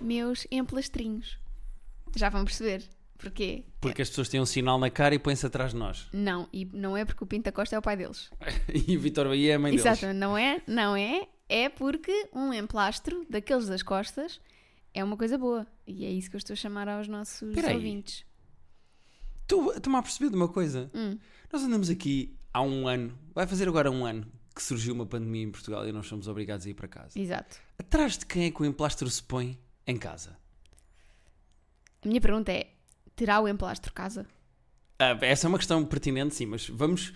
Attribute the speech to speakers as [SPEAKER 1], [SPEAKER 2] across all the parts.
[SPEAKER 1] meus emplastrinhos. Já vão perceber porquê.
[SPEAKER 2] Porque as pessoas têm um sinal na cara e põem-se atrás de nós.
[SPEAKER 1] Não, e não é porque o Pinto da Costa é o pai deles.
[SPEAKER 2] E o Vitor Bahia é a mãe deles.
[SPEAKER 1] Exatamente, não é, não é, é porque um emplastro daqueles das costas é uma coisa boa. E é isso que eu estou a chamar aos nossos
[SPEAKER 2] Peraí.
[SPEAKER 1] ouvintes.
[SPEAKER 2] Tu, tu me a perceber de uma coisa. Nós andamos aqui há um ano, vai fazer agora um ano, que surgiu uma pandemia em Portugal e nós somos obrigados a ir para casa.
[SPEAKER 1] Exato.
[SPEAKER 2] Atrás de quem é que o emplastro se põe em casa?
[SPEAKER 1] A minha pergunta é: terá o emplastro casa?
[SPEAKER 2] Ah, essa é uma questão pertinente, sim, mas vamos,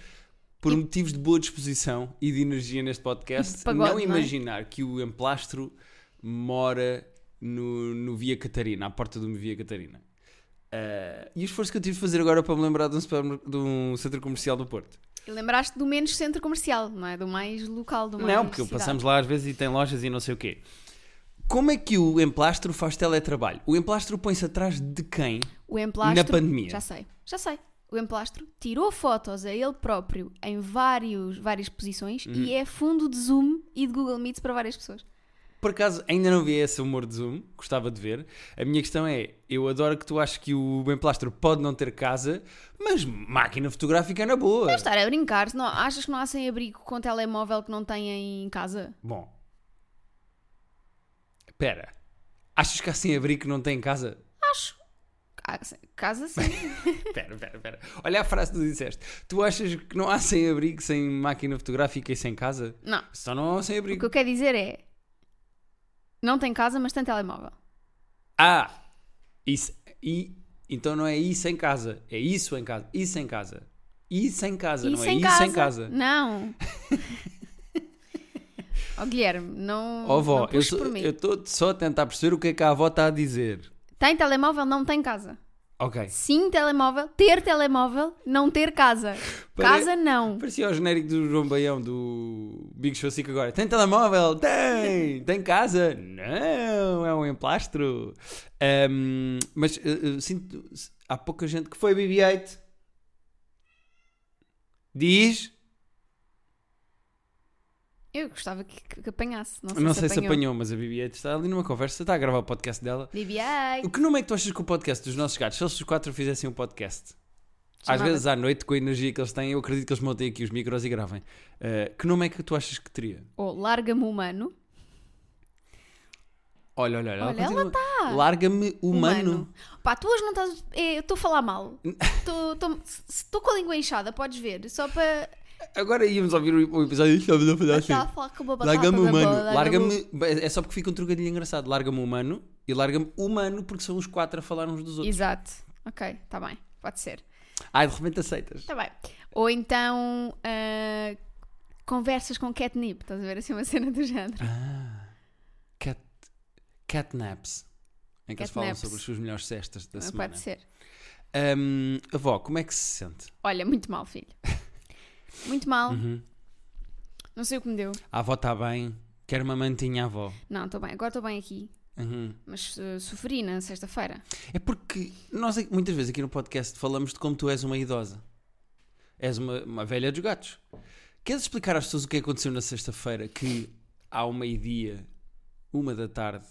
[SPEAKER 2] por motivos de boa disposição e de energia neste
[SPEAKER 1] E de
[SPEAKER 2] podcast,
[SPEAKER 1] pagode,
[SPEAKER 2] não
[SPEAKER 1] não é?
[SPEAKER 2] imaginar que o emplastro mora no, no Via Catarina, à porta do Via Catarina. Ah, e o esforço que eu tive de fazer agora para me lembrar de um, supermer- de um centro comercial do Porto.
[SPEAKER 1] E lembraste do menos centro comercial, não é? Do mais local, do mais.
[SPEAKER 2] não, porque
[SPEAKER 1] cidade.
[SPEAKER 2] passamos lá às vezes e tem lojas e não sei o quê. Como é que o emplastro faz teletrabalho? O emplastro põe-se atrás de quem?
[SPEAKER 1] O emplastro.
[SPEAKER 2] Na pandemia.
[SPEAKER 1] Já sei, já sei. O emplastro tirou fotos a ele próprio em vários, várias posições
[SPEAKER 2] Hum.
[SPEAKER 1] e é fundo de Zoom e de Google Meets para várias pessoas.
[SPEAKER 2] Por acaso, ainda não vi esse humor de Zoom, gostava de ver. A minha questão é: eu adoro que tu aches que o emplastro pode não ter casa, mas máquina fotográfica é na boa.
[SPEAKER 1] Vou estar a brincar, se não, achas que não há sem abrigo com telemóvel que não têm em casa?
[SPEAKER 2] Bom, pera, achas que há sem abrigo que não tem em casa?
[SPEAKER 1] Acho. Ca- Casa sim.
[SPEAKER 2] Pera, pera, pera. Olha a frase que tu disseste: tu achas que não há sem abrigo, sem máquina fotográfica e sem casa?
[SPEAKER 1] não.
[SPEAKER 2] Só não há sem
[SPEAKER 1] O que
[SPEAKER 2] abrigo.
[SPEAKER 1] eu quero dizer é. Não tem casa, mas tem telemóvel.
[SPEAKER 2] Ah, isso. E, então não é isso em casa, é isso em casa, isso em casa. Isso em casa, não é
[SPEAKER 1] em
[SPEAKER 2] isso em casa.
[SPEAKER 1] Não. oh, Guilherme, não.
[SPEAKER 2] Ó Oh, vó,
[SPEAKER 1] não
[SPEAKER 2] eu
[SPEAKER 1] puxes por mim.
[SPEAKER 2] estou só a tentar perceber o que é que a avó está a dizer.
[SPEAKER 1] Tem telemóvel, não tem casa.
[SPEAKER 2] Ok.
[SPEAKER 1] Sim, telemóvel. Ter telemóvel, não ter casa.
[SPEAKER 2] Pare-
[SPEAKER 1] Casa, não.
[SPEAKER 2] Parecia o genérico do João Baião do Big Show 5 agora. Tem telemóvel? Tem! Tem casa? Não! É um emplastro. Ahm, mas eh, eh, sinto. Há pouca gente que foi BB-8. Diz.
[SPEAKER 1] Eu gostava que, que- que apanhasse. Não sei,
[SPEAKER 2] Não
[SPEAKER 1] se,
[SPEAKER 2] sei se
[SPEAKER 1] apanhou.
[SPEAKER 2] apanhou, mas a BB-8 está ali numa conversa, está a gravar o podcast dela.
[SPEAKER 1] BBA.
[SPEAKER 2] O que nome é que tu achas que o podcast dos nossos gatos, se eles os quatro fizessem um podcast? Às
[SPEAKER 1] Chamava-
[SPEAKER 2] vezes à noite, com a energia que eles têm, eu acredito que eles montem aqui os micros e gravem. Eh, que nome é que tu achas que teria?
[SPEAKER 1] Ou larga-me humano.
[SPEAKER 2] Olha, olha, olha.
[SPEAKER 1] Olha, ela tá.
[SPEAKER 2] está. Larga-me humano.
[SPEAKER 1] Pá, tu hoje não estás. é, Eu estou a falar mal. Estou com a língua inchada, podes ver. Só para.
[SPEAKER 2] Tá Agora íamos ouvir o o episódio e estávamos a fazer
[SPEAKER 1] Estava a
[SPEAKER 2] assim.
[SPEAKER 1] falar com uma batata
[SPEAKER 2] Larga-me
[SPEAKER 1] na bola,
[SPEAKER 2] humano. Larga-me. É só porque fica um trocadilho engraçado. Larga-me humano e larga-me humano porque são os quatro a falar uns dos outros.
[SPEAKER 1] Exato. Ok, está bem. Pode ser.
[SPEAKER 2] Ai, de repente aceitas.
[SPEAKER 1] Está bem. Ou então. ah, conversas com catnip. Estás a ver assim uma cena do género.
[SPEAKER 2] Cat... Catnaps. Em que eles falam
[SPEAKER 1] Catnaps.
[SPEAKER 2] sobre as suas melhores cestas da
[SPEAKER 1] Não
[SPEAKER 2] semana.
[SPEAKER 1] pode ser.
[SPEAKER 2] Ahm, avó, como é que se sente?
[SPEAKER 1] Olha, muito mal, filho. Muito mal.
[SPEAKER 2] Uhum.
[SPEAKER 1] Não sei o que me deu.
[SPEAKER 2] A avó está bem, quer uma mantinha à avó.
[SPEAKER 1] Não, estou bem. Agora estou bem aqui.
[SPEAKER 2] Uhum.
[SPEAKER 1] Mas eh, sofri na sexta-feira.
[SPEAKER 2] É porque nós aqui- muitas vezes aqui no podcast falamos de como tu és uma idosa. És uma, uma velha dos gatos. Queres explicar às pessoas o que aconteceu na sexta-feira que ao meio-dia, uma da tarde,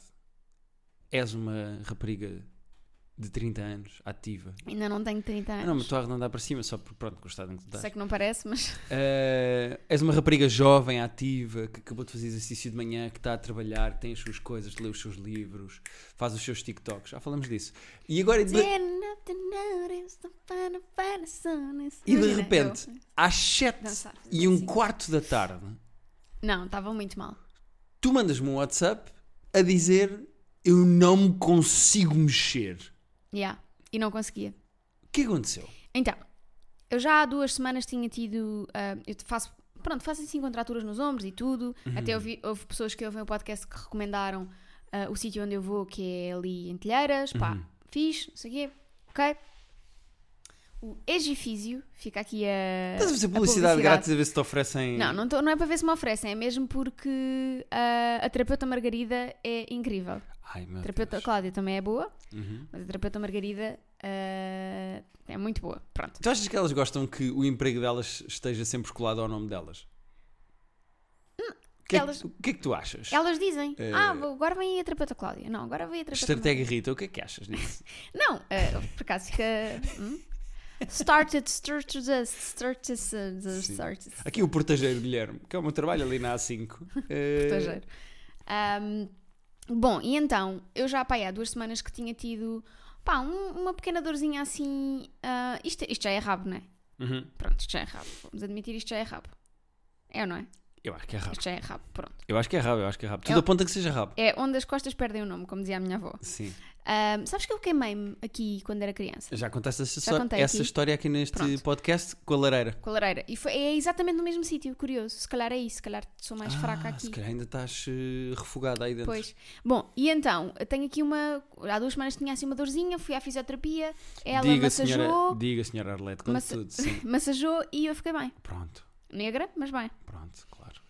[SPEAKER 2] és uma rapariga de 30 anos, ativa.
[SPEAKER 1] Ainda não tenho 30
[SPEAKER 2] Ah,
[SPEAKER 1] anos.
[SPEAKER 2] não, mas estou a arredondar para cima só porque pronto, gostado de
[SPEAKER 1] sei que não parece, mas
[SPEAKER 2] Uh, és uma rapariga jovem, ativa, que acabou de fazer exercício de manhã, que está a trabalhar, que tem as suas coisas, lê os seus livros, faz os seus TikToks. Já falamos disso. E agora, de, e de
[SPEAKER 1] Imagina,
[SPEAKER 2] repente,
[SPEAKER 1] eu-
[SPEAKER 2] às 7
[SPEAKER 1] Dançar,
[SPEAKER 2] e um
[SPEAKER 1] sim.
[SPEAKER 2] quarto da tarde,
[SPEAKER 1] Não, estava muito mal.
[SPEAKER 2] tu mandas-me um WhatsApp a dizer eu não me consigo mexer.
[SPEAKER 1] Yeah. E não conseguia.
[SPEAKER 2] O que aconteceu?
[SPEAKER 1] Então, eu já há duas semanas tinha tido. ah, eu te faço. Pronto, faço assim contraturas nos ombros e tudo.
[SPEAKER 2] Uhum.
[SPEAKER 1] Até ouvi, houve pessoas que ouvem o podcast que recomendaram ah, o sítio onde eu vou, que é ali em Telheiras. Pá,
[SPEAKER 2] Uhum.
[SPEAKER 1] fiz, não sei o quê. Ok. O egifísio fica aqui a.
[SPEAKER 2] Estás a fazer
[SPEAKER 1] a
[SPEAKER 2] publicidade grátis a ver se te oferecem.
[SPEAKER 1] Não, não, tô- não é para ver se me oferecem, é mesmo porque ah, a terapeuta Margarida é incrível.
[SPEAKER 2] Ai, meu
[SPEAKER 1] A terapeuta
[SPEAKER 2] Deus.
[SPEAKER 1] Cláudia também é boa,
[SPEAKER 2] Uhum.
[SPEAKER 1] mas a terapeuta Margarida ah, é muito boa. Pronto.
[SPEAKER 2] Tu Então achas que elas gostam que o emprego delas esteja sempre colado ao nome delas?
[SPEAKER 1] Porque
[SPEAKER 2] que é que
[SPEAKER 1] Hum, elas,
[SPEAKER 2] tu- o que é que tu achas?
[SPEAKER 1] elas dizem,
[SPEAKER 2] Eh,
[SPEAKER 1] ah, vou- agora vem aí a terapeuta Cláudia. Não, agora vem a terapeuta Cláudia.
[SPEAKER 2] Estratega Rita, o que é que achas disso?
[SPEAKER 1] Não, eh, por acaso fica... hum? Started, started, started, started,
[SPEAKER 2] Sim.
[SPEAKER 1] started.
[SPEAKER 2] Aqui o portageiro Guilherme, que é o meu trabalho ali na A5. Eh,
[SPEAKER 1] estrangeiro. Ahm, bom, e então, eu já pá, aí há duas semanas que tinha tido pá, um- uma pequena dorzinha assim. ah, isto, isto já é rabo, não é?
[SPEAKER 2] uhum.
[SPEAKER 1] Pronto, isto já é rabo. Vamos admitir, isto já é rabo. É ou não é?
[SPEAKER 2] Eu acho que é rabo.
[SPEAKER 1] Isto já é rabo, pronto.
[SPEAKER 2] Eu acho que é rabo, eu acho que é rabo. Tudo
[SPEAKER 1] Eu-
[SPEAKER 2] aponta que seja rabo.
[SPEAKER 1] É onde as costas perdem o nome, como dizia a minha avó.
[SPEAKER 2] Sim.
[SPEAKER 1] Ahm, sabes que eu queimei-me aqui quando era criança?
[SPEAKER 2] Já contaste essa,
[SPEAKER 1] Já
[SPEAKER 2] histó-
[SPEAKER 1] contei
[SPEAKER 2] essa
[SPEAKER 1] aqui.
[SPEAKER 2] história aqui neste
[SPEAKER 1] Pronto.
[SPEAKER 2] podcast com a lareira.
[SPEAKER 1] Com a lareira. E foi, é exatamente no mesmo sítio, curioso. Se calhar é isso, se calhar sou mais fraca
[SPEAKER 2] Ah,
[SPEAKER 1] aqui.
[SPEAKER 2] Se calhar ainda estás eh, refogada aí dentro.
[SPEAKER 1] Pois. Bom, e então, eu tenho aqui uma. Há duas semanas tinha assim uma dorzinha, fui à fisioterapia, ela
[SPEAKER 2] diga,
[SPEAKER 1] massajou,
[SPEAKER 2] senhora, diga, senhora Arlete, conte
[SPEAKER 1] Mas-
[SPEAKER 2] tudo. Sim.
[SPEAKER 1] massajou e eu fiquei bem.
[SPEAKER 2] Pronto,
[SPEAKER 1] Negra, mas bem.
[SPEAKER 2] pronto, claro.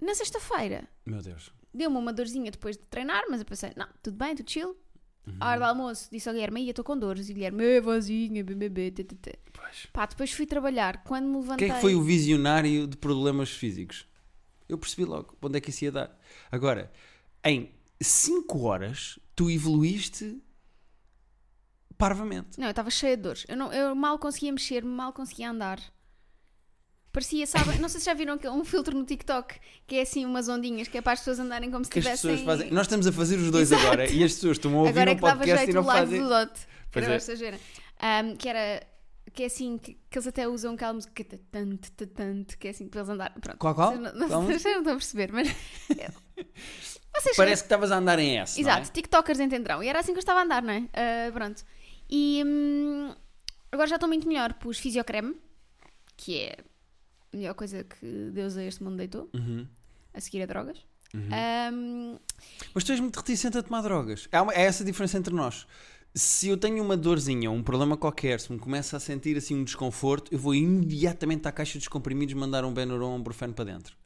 [SPEAKER 1] Na sexta-feira,
[SPEAKER 2] Meu Deus.
[SPEAKER 1] deu-me uma dorzinha depois de treinar, mas eu pensei, não, tudo bem, tudo chill.
[SPEAKER 2] Uhum.
[SPEAKER 1] À hora do almoço, disse ao Guilherme, "Ei, eu estou com dores. E o Guilherme, "Eh, vozinha, bebê, ttt.
[SPEAKER 2] Pois.
[SPEAKER 1] Pá, depois fui trabalhar. Quando me levantei.
[SPEAKER 2] Quem é que foi o visionário de problemas físicos? Eu percebi logo onde é que isso ia dar. Agora, em 5 horas, tu evoluíste parvamente.
[SPEAKER 1] Não, eu estava cheia de dores. Eu, não, eu mal conseguia mexer, mal conseguia andar. Parecia, sabem, não sei se já viram aquele- um filtro no TikTok que é assim umas ondinhas que é para as pessoas andarem como se
[SPEAKER 2] Que as
[SPEAKER 1] tivessem.
[SPEAKER 2] pessoas fazem. Nós estamos a fazer os dois agora e as pessoas estão a ouvir
[SPEAKER 1] Agora é
[SPEAKER 2] um
[SPEAKER 1] que dava
[SPEAKER 2] podcast e
[SPEAKER 1] jeito
[SPEAKER 2] não
[SPEAKER 1] o live
[SPEAKER 2] fazem.
[SPEAKER 1] do Dot.
[SPEAKER 2] Pois
[SPEAKER 1] Para
[SPEAKER 2] é.
[SPEAKER 1] vocês verem. Ahm, que era. Que é assim, que, que eles até usam aquela música é ta- tanto, ta- tanto, que é assim, para eles andarem. Pronto.
[SPEAKER 2] Qual, qual?
[SPEAKER 1] Vocês Não,
[SPEAKER 2] Qual
[SPEAKER 1] não, vocês não estão a perceber, mas. vocês
[SPEAKER 2] Parece que estavas a andar em S. não é?
[SPEAKER 1] Exato, TikTokers entenderão. E era assim que eu estava a andar, não é? Ah, pronto. E hum, agora já estou muito melhor. Pus Fisiocreme, que é a melhor coisa que Deus a este mundo deitou,
[SPEAKER 2] Uhum.
[SPEAKER 1] a seguir a drogas. Ah, Ahm,
[SPEAKER 2] Mas tu és muito reticente a tomar drogas. Há uma- É essa a diferença entre nós. Se eu tenho uma dorzinha, um problema qualquer, se me começa a sentir assim um desconforto, eu vou imediatamente à caixa dos comprimidos mandar um Benuron, um Brufen para dentro.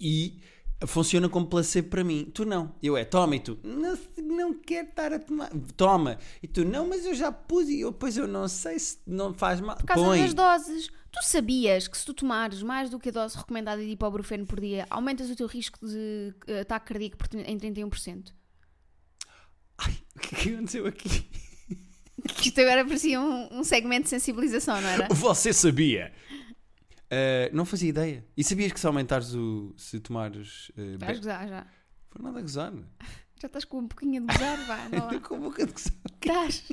[SPEAKER 2] E funciona como placebo para mim. Tu não. Eu é, toma e tu, não, não quero estar a tomar. Toma. E tu, não, mas eu já pus e eu, pois eu não sei se não faz mal.
[SPEAKER 1] Por causa
[SPEAKER 2] Põe.
[SPEAKER 1] das doses. Tu sabias que se tu tomares mais do que a dose recomendada de ibuprofeno por dia, aumentas o teu risco de eh, ataque cardíaco por- em 31%?
[SPEAKER 2] O que é que aconteceu aqui?
[SPEAKER 1] Que isto agora parecia um, um segmento de sensibilização, não era?
[SPEAKER 2] Você sabia? Ah, não fazia ideia. E sabias que se aumentares o. se tomares. ah,
[SPEAKER 1] Vais gozar já.
[SPEAKER 2] Foi nada a gozar.
[SPEAKER 1] Já estás com um pouquinho de gozar, vá, vá
[SPEAKER 2] Ainda
[SPEAKER 1] lá.
[SPEAKER 2] com a boca de gozar.
[SPEAKER 1] Estás.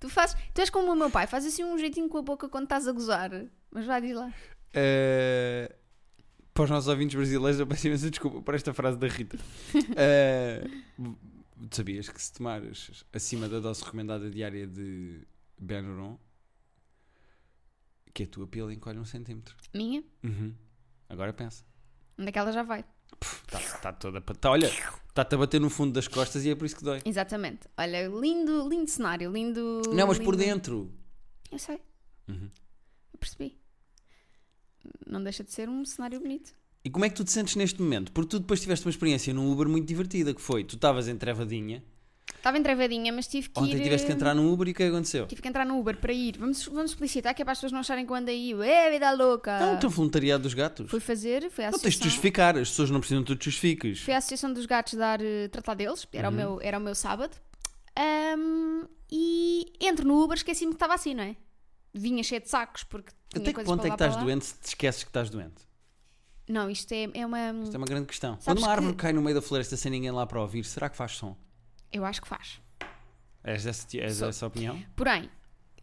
[SPEAKER 1] Tu fazes. Tu és como o meu pai, faz assim um jeitinho com a boca quando estás a gozar. Mas vá, diz lá.
[SPEAKER 2] Eh, para os nossos ouvintes brasileiros, eu peço imensa desculpa por esta frase da Rita. Eh, tu sabias que se tomares acima da dose recomendada diária de Benuron, que a tua pila encolhe um centímetro.
[SPEAKER 1] Minha?
[SPEAKER 2] Uhum. Agora pensa.
[SPEAKER 1] Onde é que ela já vai?
[SPEAKER 2] Está toda para. Tá, olha, está-te a bater no fundo das costas e é por isso que dói.
[SPEAKER 1] Exatamente. Olha, lindo, lindo cenário, lindo.
[SPEAKER 2] Não, mas por
[SPEAKER 1] lindo-
[SPEAKER 2] dentro.
[SPEAKER 1] Eu sei.
[SPEAKER 2] Uhum.
[SPEAKER 1] Eu percebi. Não deixa de ser um cenário bonito.
[SPEAKER 2] E como é que tu te sentes neste momento? Porque tu depois tiveste uma experiência num Uber muito divertida, que foi, tu estavas em Trevadinha,
[SPEAKER 1] Estava entravadinha, mas tive que
[SPEAKER 2] ontem
[SPEAKER 1] ir.
[SPEAKER 2] tiveste que
[SPEAKER 1] eh,
[SPEAKER 2] entrar num Uber e o que é que aconteceu?
[SPEAKER 1] Tive que entrar no Uber para ir. Vamos, vamos explicitar que é para as pessoas não acharem que eu andei. É, vida louca!
[SPEAKER 2] É um teu voluntariado dos gatos.
[SPEAKER 1] Fui fazer, foi à
[SPEAKER 2] Não tens de
[SPEAKER 1] associação.
[SPEAKER 2] justificar, as pessoas não precisam que tu te justifiques.
[SPEAKER 1] Fui à Associação dos Gatos dar eh, tratar deles, era,
[SPEAKER 2] Uhum.
[SPEAKER 1] o meu, era o meu sábado. Ahm, e entro no Uber, esqueci-me que estava assim, não é? Vinha cheia de sacos porque tinha
[SPEAKER 2] Até que
[SPEAKER 1] coisas
[SPEAKER 2] ponto
[SPEAKER 1] para
[SPEAKER 2] é que
[SPEAKER 1] lá, para
[SPEAKER 2] estás
[SPEAKER 1] lá.
[SPEAKER 2] doente se te esqueces que estás doente?
[SPEAKER 1] Não, isto é, é uma.
[SPEAKER 2] Isto é uma grande questão. Quando
[SPEAKER 1] Sabes
[SPEAKER 2] uma árvore
[SPEAKER 1] que-
[SPEAKER 2] cai no meio da floresta sem ninguém lá para ouvir, será que faz som?
[SPEAKER 1] Eu acho que faz.
[SPEAKER 2] És dessa, és
[SPEAKER 1] Sou.
[SPEAKER 2] dessa opinião?
[SPEAKER 1] Porém,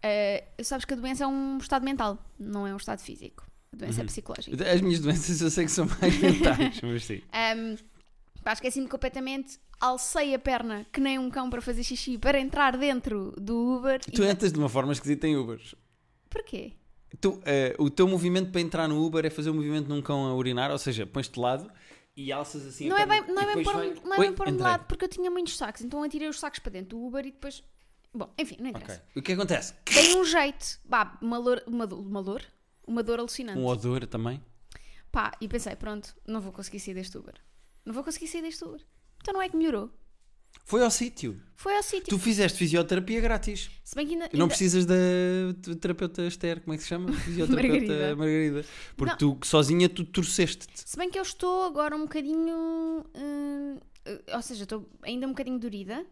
[SPEAKER 1] eh, sabes que a doença é um estado mental, não é um estado físico. A
[SPEAKER 2] Uhum.
[SPEAKER 1] doença é psicológica.
[SPEAKER 2] As minhas doenças eu sei que são mais mentais, mas sim.
[SPEAKER 1] Um, pá, esqueci-me completamente. Alcei a perna que nem um cão para fazer xixi para entrar dentro do Uber.
[SPEAKER 2] Tu entras de uma forma esquisita em Ubers.
[SPEAKER 1] Porquê?
[SPEAKER 2] Tu, eh, o teu movimento para entrar no Uber é fazer o movimento num cão a urinar, ou seja, pões-te de lado e alças assim
[SPEAKER 1] Não
[SPEAKER 2] a
[SPEAKER 1] é
[SPEAKER 2] perna
[SPEAKER 1] bem, não
[SPEAKER 2] e
[SPEAKER 1] é bem
[SPEAKER 2] depois
[SPEAKER 1] pôr-me
[SPEAKER 2] vai-
[SPEAKER 1] não é bem
[SPEAKER 2] Ui,
[SPEAKER 1] pôr-me de
[SPEAKER 2] entrei.
[SPEAKER 1] lado porque eu tinha muitos sacos, então eu tirei os sacos para dentro do Uber e depois. Bom, enfim, não
[SPEAKER 2] Ok.
[SPEAKER 1] interessa.
[SPEAKER 2] O que acontece?
[SPEAKER 1] Tem um jeito, pá, uma, lor, uma, do- uma dor, uma dor alucinante.
[SPEAKER 2] Um odor também.
[SPEAKER 1] Pá, e pensei, pronto, não vou conseguir sair deste Uber. Não vou conseguir sair deste Uber. Então não é que melhorou.
[SPEAKER 2] Foi ao sítio.
[SPEAKER 1] Foi ao sítio.
[SPEAKER 2] Tu fizeste fisioterapia grátis.
[SPEAKER 1] Se bem que ainda.
[SPEAKER 2] E Não
[SPEAKER 1] ainda-
[SPEAKER 2] precisas da t- terapeuta Esther, como é que se chama? Fisioterapeuta
[SPEAKER 1] Margarida.
[SPEAKER 2] Margarida. Porque
[SPEAKER 1] Não.
[SPEAKER 2] tu sozinha tu torceste-te.
[SPEAKER 1] Se bem que eu estou agora um bocadinho. hum, eh, ou seja, estou ainda um bocadinho dorida.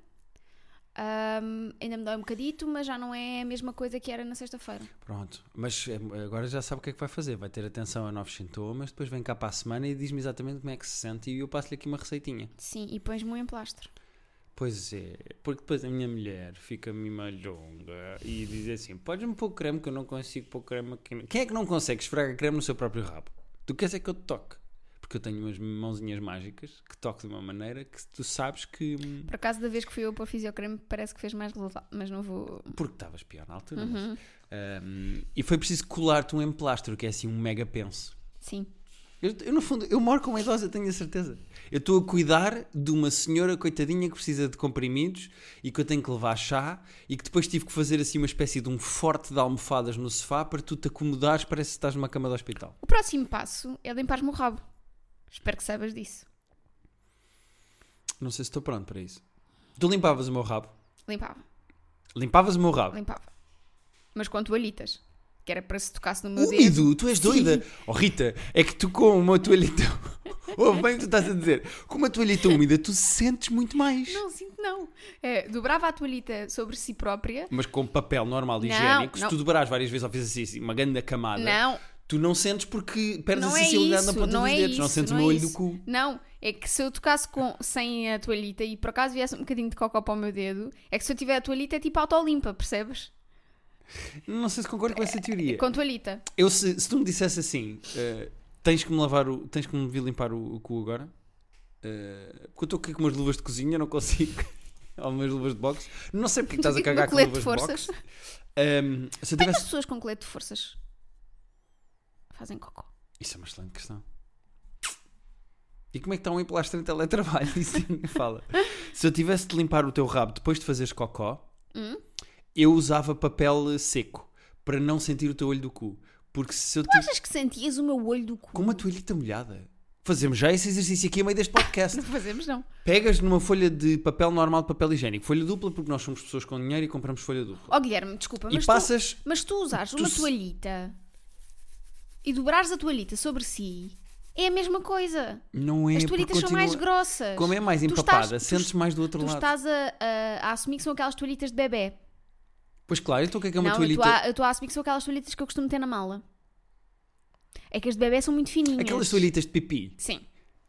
[SPEAKER 1] Ahm, ainda me dói um bocadito, mas já não é a mesma coisa que era na sexta-feira.
[SPEAKER 2] Pronto, mas é- agora já sabe o que é que vai fazer. Vai ter atenção a novos sintomas, depois vem cá para a semana e diz-me exatamente como é que se sente e eu passo-lhe aqui uma receitinha.
[SPEAKER 1] Sim, e pões-me um emplastro.
[SPEAKER 2] Pois é, porque depois a minha mulher fica-me malhonga e diz assim: podes-me pôr creme que eu não consigo pôr creme aqui. no-" Quem é que não consegue esfregar creme no seu próprio rabo? Tu queres é que eu te toque? Porque eu tenho umas mãozinhas mágicas que toco de uma maneira que tu sabes que. hum,
[SPEAKER 1] Por acaso, da vez que fui eu para o fisiocreme, parece que fez mais resultado, mas não vou.
[SPEAKER 2] Porque estavas pior na altura. mas, hum, e foi preciso colar-te um emplastro, que é assim um mega penso.
[SPEAKER 1] Sim.
[SPEAKER 2] Eu, eu, no fundo, eu moro com uma idosa, tenho a certeza. Eu estou a cuidar de uma senhora coitadinha que precisa de comprimidos e que eu tenho que levar chá e que depois tive que fazer assim uma espécie de um forte de almofadas no sofá para tu te acomodares, parece que estás numa cama de hospital.
[SPEAKER 1] O próximo passo é limpar-me o rabo. Espero que saibas disso.
[SPEAKER 2] Não sei se estou pronto para isso. Tu limpavas o meu rabo.
[SPEAKER 1] Limpava,
[SPEAKER 2] Limpavas o meu rabo.
[SPEAKER 1] limpava. Mas com toalhitas. Que era para se tocasse no meu dedo.
[SPEAKER 2] Úmido, tu és doida. Oh Rita, é que tu com uma toalhita. Ouve oh, bem o que tu estás a dizer. Com uma toalhita úmida, tu sentes muito mais.
[SPEAKER 1] Não, sinto não. É, dobrava a toalhita sobre si própria.
[SPEAKER 2] Mas com papel normal
[SPEAKER 1] Não,
[SPEAKER 2] higiênico, se
[SPEAKER 1] não.
[SPEAKER 2] tu dobrares várias vezes ou fizes assim, assim, uma grande camada,
[SPEAKER 1] Não,
[SPEAKER 2] tu não sentes porque perdes
[SPEAKER 1] não
[SPEAKER 2] a
[SPEAKER 1] é
[SPEAKER 2] sensibilidade
[SPEAKER 1] isso.
[SPEAKER 2] na ponta
[SPEAKER 1] não
[SPEAKER 2] dos
[SPEAKER 1] é
[SPEAKER 2] dedos,
[SPEAKER 1] isso,
[SPEAKER 2] não sentes
[SPEAKER 1] não
[SPEAKER 2] o
[SPEAKER 1] é
[SPEAKER 2] olho do
[SPEAKER 1] isso.
[SPEAKER 2] cu.
[SPEAKER 1] Não, é que se eu tocasse com, sem a toalhita e por acaso viesse um bocadinho de cocó para o meu dedo, é que se eu tiver a toalhita é tipo autolimpa, percebes?
[SPEAKER 2] Não sei se concordo com essa teoria.
[SPEAKER 1] Com toalhita.
[SPEAKER 2] Eu, se, se tu me dissesse assim, eh, tens que me lavar o. tens que me vir limpar o, o cu agora, eh, porque eu estou aqui com umas luvas de cozinha, não consigo. ou umas luvas de boxe. Não sei porque é que estás a
[SPEAKER 1] No
[SPEAKER 2] cagar com
[SPEAKER 1] colete
[SPEAKER 2] luvas
[SPEAKER 1] Tipo de
[SPEAKER 2] de
[SPEAKER 1] forças.
[SPEAKER 2] boxe.
[SPEAKER 1] Como
[SPEAKER 2] Ehm, se eu
[SPEAKER 1] é que as
[SPEAKER 2] tivesse.
[SPEAKER 1] pessoas com colete de forças fazem cocó?
[SPEAKER 2] Isso é uma excelente questão. E como é que está um emplastro em teletrabalho? Isso fala. Se eu tivesse de limpar o teu rabo depois de fazeres cocó,
[SPEAKER 1] Hum?
[SPEAKER 2] eu usava papel eh, seco para não sentir o teu olho do cu. Porque se eu tivesse
[SPEAKER 1] Achas que sentias o meu olho do cu?
[SPEAKER 2] com uma toalhita molhada, fazemos já esse exercício aqui a meio deste podcast.
[SPEAKER 1] Não fazemos, não.
[SPEAKER 2] Pegas numa folha de papel normal de papel higiênico, folha dupla, porque nós somos pessoas com dinheiro e compramos folha dupla.
[SPEAKER 1] Oh Guilherme, desculpa, mas
[SPEAKER 2] e
[SPEAKER 1] tu-
[SPEAKER 2] passas.
[SPEAKER 1] Mas tu usares
[SPEAKER 2] Tu
[SPEAKER 1] uma
[SPEAKER 2] se-
[SPEAKER 1] toalhita e dobrares a toalhita sobre si é a mesma coisa.
[SPEAKER 2] Não é
[SPEAKER 1] As
[SPEAKER 2] porque
[SPEAKER 1] toalhitas são mais
[SPEAKER 2] continua-
[SPEAKER 1] grossas.
[SPEAKER 2] Como é mais
[SPEAKER 1] Tu
[SPEAKER 2] empapada,
[SPEAKER 1] estás- tu
[SPEAKER 2] sentes mais do outro
[SPEAKER 1] Tu
[SPEAKER 2] lado.
[SPEAKER 1] estás a, a- a assumir que são aquelas toalhitas de bebê.
[SPEAKER 2] Pois claro, então o que é que é uma
[SPEAKER 1] não, eu
[SPEAKER 2] toalhita?
[SPEAKER 1] estou a- eu estou a assumir que são aquelas toalhitas que eu costumo ter na mala. É que as de bebê são muito fininhas.
[SPEAKER 2] Aquelas toalhitas de pipi,
[SPEAKER 1] Sim.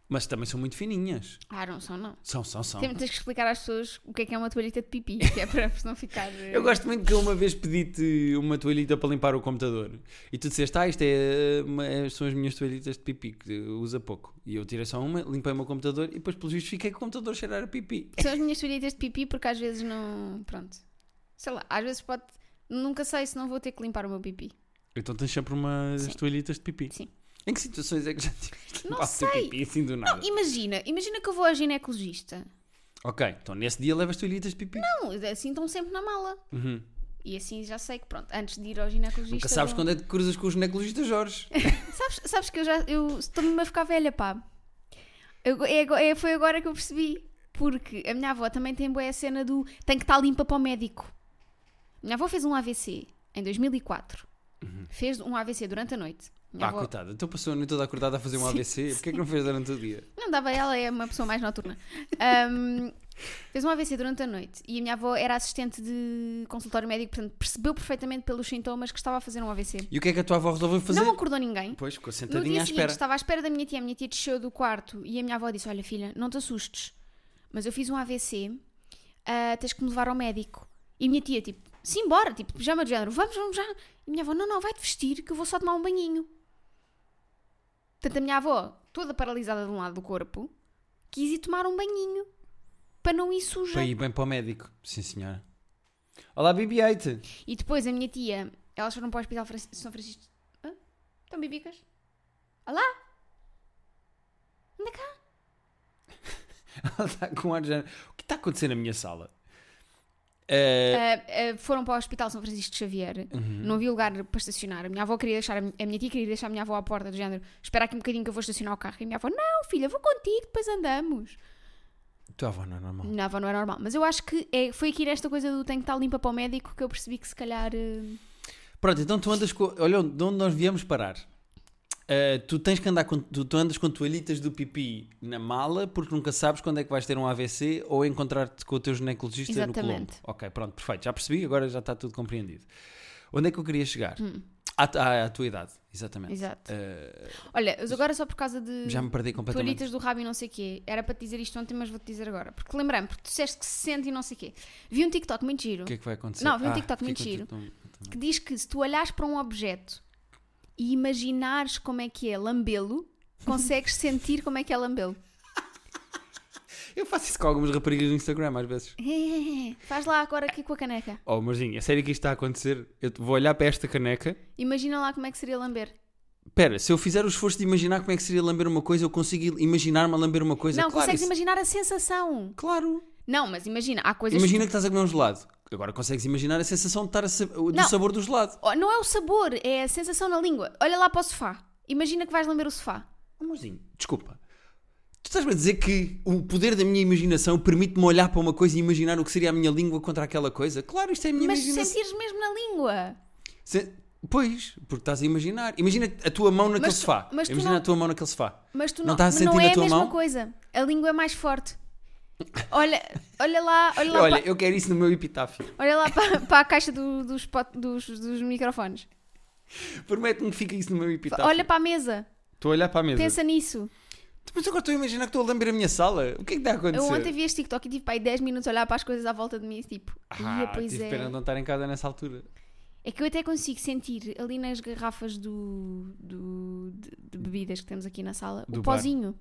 [SPEAKER 2] mas também são muito fininhas.
[SPEAKER 1] Ah, não são, não.
[SPEAKER 2] São, são, são.
[SPEAKER 1] Tem- Tens que explicar às pessoas o que é que é uma toalhita de pipi, que é para não ficar. eh,
[SPEAKER 2] Eu gosto muito que eu uma vez pedi-te uma toalhita para limpar o computador e tu disseste, ah, isto é, uh, uma- são as minhas toalhitas de pipi, que usa pouco. E eu tirei só uma, limpei o meu computador e depois, pelos vistos, fiquei com o computador a cheirar a pipi.
[SPEAKER 1] São as minhas toalhitas de pipi porque às vezes não. Pronto. Sei lá, às vezes pode. Nunca sei se não vou ter que limpar o meu pipi.
[SPEAKER 2] Então tens sempre umas
[SPEAKER 1] Sim.
[SPEAKER 2] toalhitas de pipi.
[SPEAKER 1] Sim.
[SPEAKER 2] Em que situações é que já tiveste de
[SPEAKER 1] Não
[SPEAKER 2] limpar o teu
[SPEAKER 1] sei.
[SPEAKER 2] pipi assim do nada?
[SPEAKER 1] Imagina, imagina que eu vou ao ginecologista.
[SPEAKER 2] Ok, então nesse dia levas toalhitas de pipi.
[SPEAKER 1] Não, assim estão sempre na mala.
[SPEAKER 2] Uhum.
[SPEAKER 1] E assim já sei que pronto, antes de ir ao ginecologista.
[SPEAKER 2] Nunca sabes
[SPEAKER 1] vou-
[SPEAKER 2] quando é que te cruzas com o ginecologista Jorge.
[SPEAKER 1] Sabes, sabes que eu já. Eu estou-me a ficar velha, pá. Eu- é ago- é- foi agora que eu percebi. Porque a minha avó também tem boa a cena do tem que estar limpa para o médico. A minha avó fez um AVC em 2004. Fez um AVC durante a noite. Minha
[SPEAKER 2] ah,
[SPEAKER 1] avó-
[SPEAKER 2] coitada, então passou a noite toda acordada a fazer um AVC. Porquê é que não fez durante o dia?
[SPEAKER 1] Não dava, ela é uma pessoa mais noturna. Ahm, fez um AVC durante a noite e a minha avó era assistente de consultório médico, portanto percebeu perfeitamente pelos sintomas que estava a fazer um AVC.
[SPEAKER 2] E o que é que a tua avó resolveu fazer?
[SPEAKER 1] Não acordou ninguém.
[SPEAKER 2] Pois, ficou
[SPEAKER 1] No
[SPEAKER 2] sentadinha
[SPEAKER 1] dia
[SPEAKER 2] Então, à
[SPEAKER 1] seguinte
[SPEAKER 2] espera.
[SPEAKER 1] estava à espera da minha tia, a minha tia desceu do quarto e a minha avó disse: Olha, filha, não te assustes, mas eu fiz um AVC, ah, tens que me levar ao médico. E a minha tia, tipo, sim, bora, tipo, pijama de género, vamos, vamos já. E a minha avó, não, não, vai-te vestir que eu vou só tomar um banhinho. Portanto, a minha avó, toda paralisada de um lado do corpo, quis ir tomar um banhinho para não ir suja.
[SPEAKER 2] Para ir bem para o médico. Sim, senhora. Olá, BB-8.
[SPEAKER 1] E depois a minha tia, elas foram para o Hospital Fran- São Francisco. Hã? Estão bibicas? Olá! Anda cá!
[SPEAKER 2] Ela está com ar de género. O que está a acontecer na minha sala? Eh,
[SPEAKER 1] Ah, ah, foram para o Hospital São Francisco de Xavier.
[SPEAKER 2] Uhum.
[SPEAKER 1] Não havia lugar para estacionar. A minha avó queria deixar, a mi- a minha tia queria deixar a minha avó à porta, do género: espera aqui um bocadinho que eu vou estacionar o carro. E a minha avó: não, filha, vou contigo, depois andamos.
[SPEAKER 2] Tua avó não é normal.
[SPEAKER 1] Na avó não é normal. Mas eu acho que é- foi aqui nesta coisa do tenho que estar limpa para o médico que eu percebi que se calhar. eh,
[SPEAKER 2] Pronto, então tu andas com. Olha onde- de onde nós viemos parar. Ah, tu tens que andar com. Tu, tu andas com toalhitas do pipi na mala porque nunca sabes quando é que vais ter um AVC ou encontrar-te com o teu ginecologista no Colombo.
[SPEAKER 1] Exatamente.
[SPEAKER 2] Ok, pronto, perfeito. Já percebi, agora já está tudo compreendido. Onde é que eu queria chegar? À, à- à tua idade, exatamente.
[SPEAKER 1] Hum. Exato.
[SPEAKER 2] Ah,
[SPEAKER 1] Olha, mas agora só por causa de.
[SPEAKER 2] já me perdi completamente.
[SPEAKER 1] Toalhitas do rabo e não sei o quê. Era para te dizer isto ontem, mas vou-te dizer agora. Porque lembrei-me, porque tu disseste que se sente e não sei o quê. Vi um TikTok muito giro
[SPEAKER 2] O que é que vai acontecer?
[SPEAKER 1] Não, vi um
[SPEAKER 2] Ah,
[SPEAKER 1] TikTok
[SPEAKER 2] fiquei
[SPEAKER 1] muito giro.
[SPEAKER 2] com-
[SPEAKER 1] que diz que se tu olhares para um objeto e imaginares como é que é lambê-lo, consegues sentir como é que é lambê-lo.
[SPEAKER 2] Eu faço isso com algumas raparigas no Instagram às vezes.
[SPEAKER 1] Faz lá agora aqui com a caneca.
[SPEAKER 2] Oh, Marzinho, é sério que isto está a acontecer? Eu te- vou olhar para esta caneca.
[SPEAKER 1] Imagina lá como é que seria lamber.
[SPEAKER 2] Pera, se eu fizer o esforço de imaginar como é que seria lamber uma coisa, eu consigo imaginar-me a lamber uma coisa.
[SPEAKER 1] não,
[SPEAKER 2] é, claro,
[SPEAKER 1] consegues
[SPEAKER 2] isso-
[SPEAKER 1] imaginar a sensação.
[SPEAKER 2] Claro.
[SPEAKER 1] Não, mas imagina, há coisas.
[SPEAKER 2] Imagina que estás a comer um gelado. Agora consegues imaginar a sensação de estar a sab- do
[SPEAKER 1] Não.
[SPEAKER 2] sabor do gelado.
[SPEAKER 1] Oh, Não é o sabor, é a sensação na língua. Olha lá para o sofá. Imagina que vais lamber o sofá.
[SPEAKER 2] Amorzinho, Oh, desculpa. Tu estás-me a dizer que o poder da minha imaginação permite-me olhar para uma coisa e imaginar o que seria a minha língua contra aquela coisa? Claro, isto é a minha
[SPEAKER 1] Mas
[SPEAKER 2] imaginação.
[SPEAKER 1] sentires mesmo na língua.
[SPEAKER 2] Se- Pois, porque estás a imaginar. Imagina a tua mão naquele
[SPEAKER 1] Mas tu-
[SPEAKER 2] sofá.
[SPEAKER 1] mas tu
[SPEAKER 2] Imagina
[SPEAKER 1] não-
[SPEAKER 2] a tua mão naquele sofá.
[SPEAKER 1] Mas tu
[SPEAKER 2] Não
[SPEAKER 1] não,
[SPEAKER 2] estás a
[SPEAKER 1] mas não
[SPEAKER 2] sentir na
[SPEAKER 1] é a
[SPEAKER 2] tua
[SPEAKER 1] mesma
[SPEAKER 2] mão?
[SPEAKER 1] coisa. A língua é mais forte. Olha, olha lá, olha lá,
[SPEAKER 2] Olha,
[SPEAKER 1] pa-
[SPEAKER 2] eu quero isso no meu epitáfio.
[SPEAKER 1] olha lá pa- para, a caixa do- dos, pot- dos- dos microfones.
[SPEAKER 2] Promete-me é que fica isso no meu epitáfio.
[SPEAKER 1] Olha para a mesa,
[SPEAKER 2] Estou a olhar para a mesa.
[SPEAKER 1] pensa nisso.
[SPEAKER 2] Mas agora estou a imaginar que estou a lamber a minha sala. O que é que está a acontecer?
[SPEAKER 1] Eu ontem vi este TikTok e tive para aí 10 minutos a olhar para as coisas à volta de mim e tipo,
[SPEAKER 2] Ah,
[SPEAKER 1] ia, pois
[SPEAKER 2] tive
[SPEAKER 1] é.
[SPEAKER 2] pena de não estar em casa nessa altura.
[SPEAKER 1] É que eu até consigo sentir ali nas garrafas do, do- de, de bebidas que temos aqui na sala
[SPEAKER 2] Do
[SPEAKER 1] o
[SPEAKER 2] bar.
[SPEAKER 1] pozinho.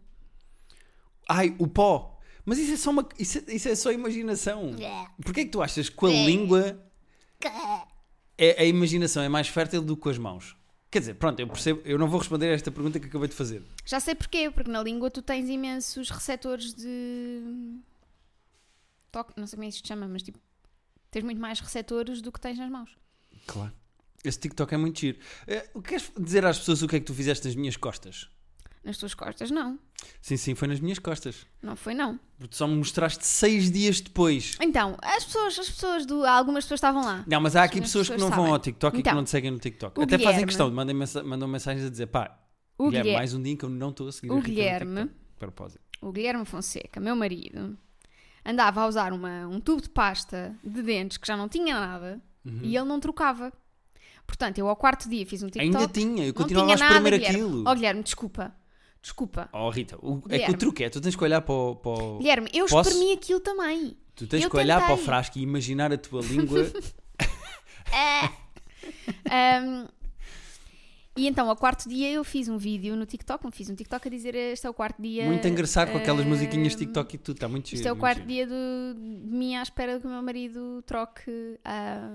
[SPEAKER 2] Ai, o pó. Mas isso é só, uma, isso, é- isso é só imaginação. Porquê é que tu achas que com a língua é, a imaginação é mais fértil do que com as mãos? Quer dizer, pronto, eu percebo, eu não vou responder a esta pergunta que acabei de fazer.
[SPEAKER 1] Já sei porquê, porque na língua tu tens imensos receptores de. Toque, não sei como é que isto se chama, mas tipo. Tens muito mais receptores do que tens nas mãos.
[SPEAKER 2] Claro. Esse TikTok é muito giro. Eh, o que queres dizer às pessoas o que é que tu fizeste nas minhas costas?
[SPEAKER 1] Nas tuas costas, não.
[SPEAKER 2] Sim, sim, foi nas minhas costas.
[SPEAKER 1] Não foi, não.
[SPEAKER 2] Porque só me mostraste seis dias depois.
[SPEAKER 1] Então, as pessoas, as pessoas do. Algumas pessoas estavam lá.
[SPEAKER 2] Não, mas há aqui
[SPEAKER 1] As
[SPEAKER 2] pessoas, que
[SPEAKER 1] pessoas
[SPEAKER 2] não vão
[SPEAKER 1] sabem.
[SPEAKER 2] ao TikTok e que
[SPEAKER 1] Então,
[SPEAKER 2] não te seguem no TikTok.
[SPEAKER 1] o
[SPEAKER 2] Até fazem
[SPEAKER 1] Guilherme-
[SPEAKER 2] questão, mandam, mensa- mandam mensagens a dizer pá,
[SPEAKER 1] O
[SPEAKER 2] Guilherme,
[SPEAKER 1] Guilherme,
[SPEAKER 2] mais um dia que eu não estou a seguir
[SPEAKER 1] O
[SPEAKER 2] a Rita no
[SPEAKER 1] Guilherme-
[SPEAKER 2] TikTok. De Propósito.
[SPEAKER 1] o Guilherme Fonseca, meu marido, andava a usar uma, um tubo de pasta de dentes que já não tinha nada e ele não trocava. Portanto, eu ao quarto dia fiz um TikTok.
[SPEAKER 2] Uhum. Ainda tinha, eu
[SPEAKER 1] não
[SPEAKER 2] continuava
[SPEAKER 1] tinha
[SPEAKER 2] a espremer
[SPEAKER 1] nada, Guilherme.
[SPEAKER 2] aquilo.
[SPEAKER 1] Oh, Guilherme, desculpa. Desculpa.
[SPEAKER 2] Oh, Rita, o- é que o
[SPEAKER 1] Guilherme.
[SPEAKER 2] truque é, tu tens que olhar para o, para o-
[SPEAKER 1] Guilherme, eu
[SPEAKER 2] Oh, Posso?
[SPEAKER 1] espremi aquilo também.
[SPEAKER 2] tu tens
[SPEAKER 1] eu
[SPEAKER 2] que olhar para o
[SPEAKER 1] tentei.
[SPEAKER 2] frasco e imaginar a tua língua.
[SPEAKER 1] Ah. Ahm, e então, ao quarto dia, eu fiz um vídeo no TikTok. Fiz um TikTok a dizer: Este é o quarto dia.
[SPEAKER 2] muito engraçado com aquelas
[SPEAKER 1] ahm,
[SPEAKER 2] musiquinhas TikTok e tudo, está muito giro.
[SPEAKER 1] Este é o
[SPEAKER 2] muito
[SPEAKER 1] quarto
[SPEAKER 2] giro.
[SPEAKER 1] dia do, de mim à espera que o meu marido troque a,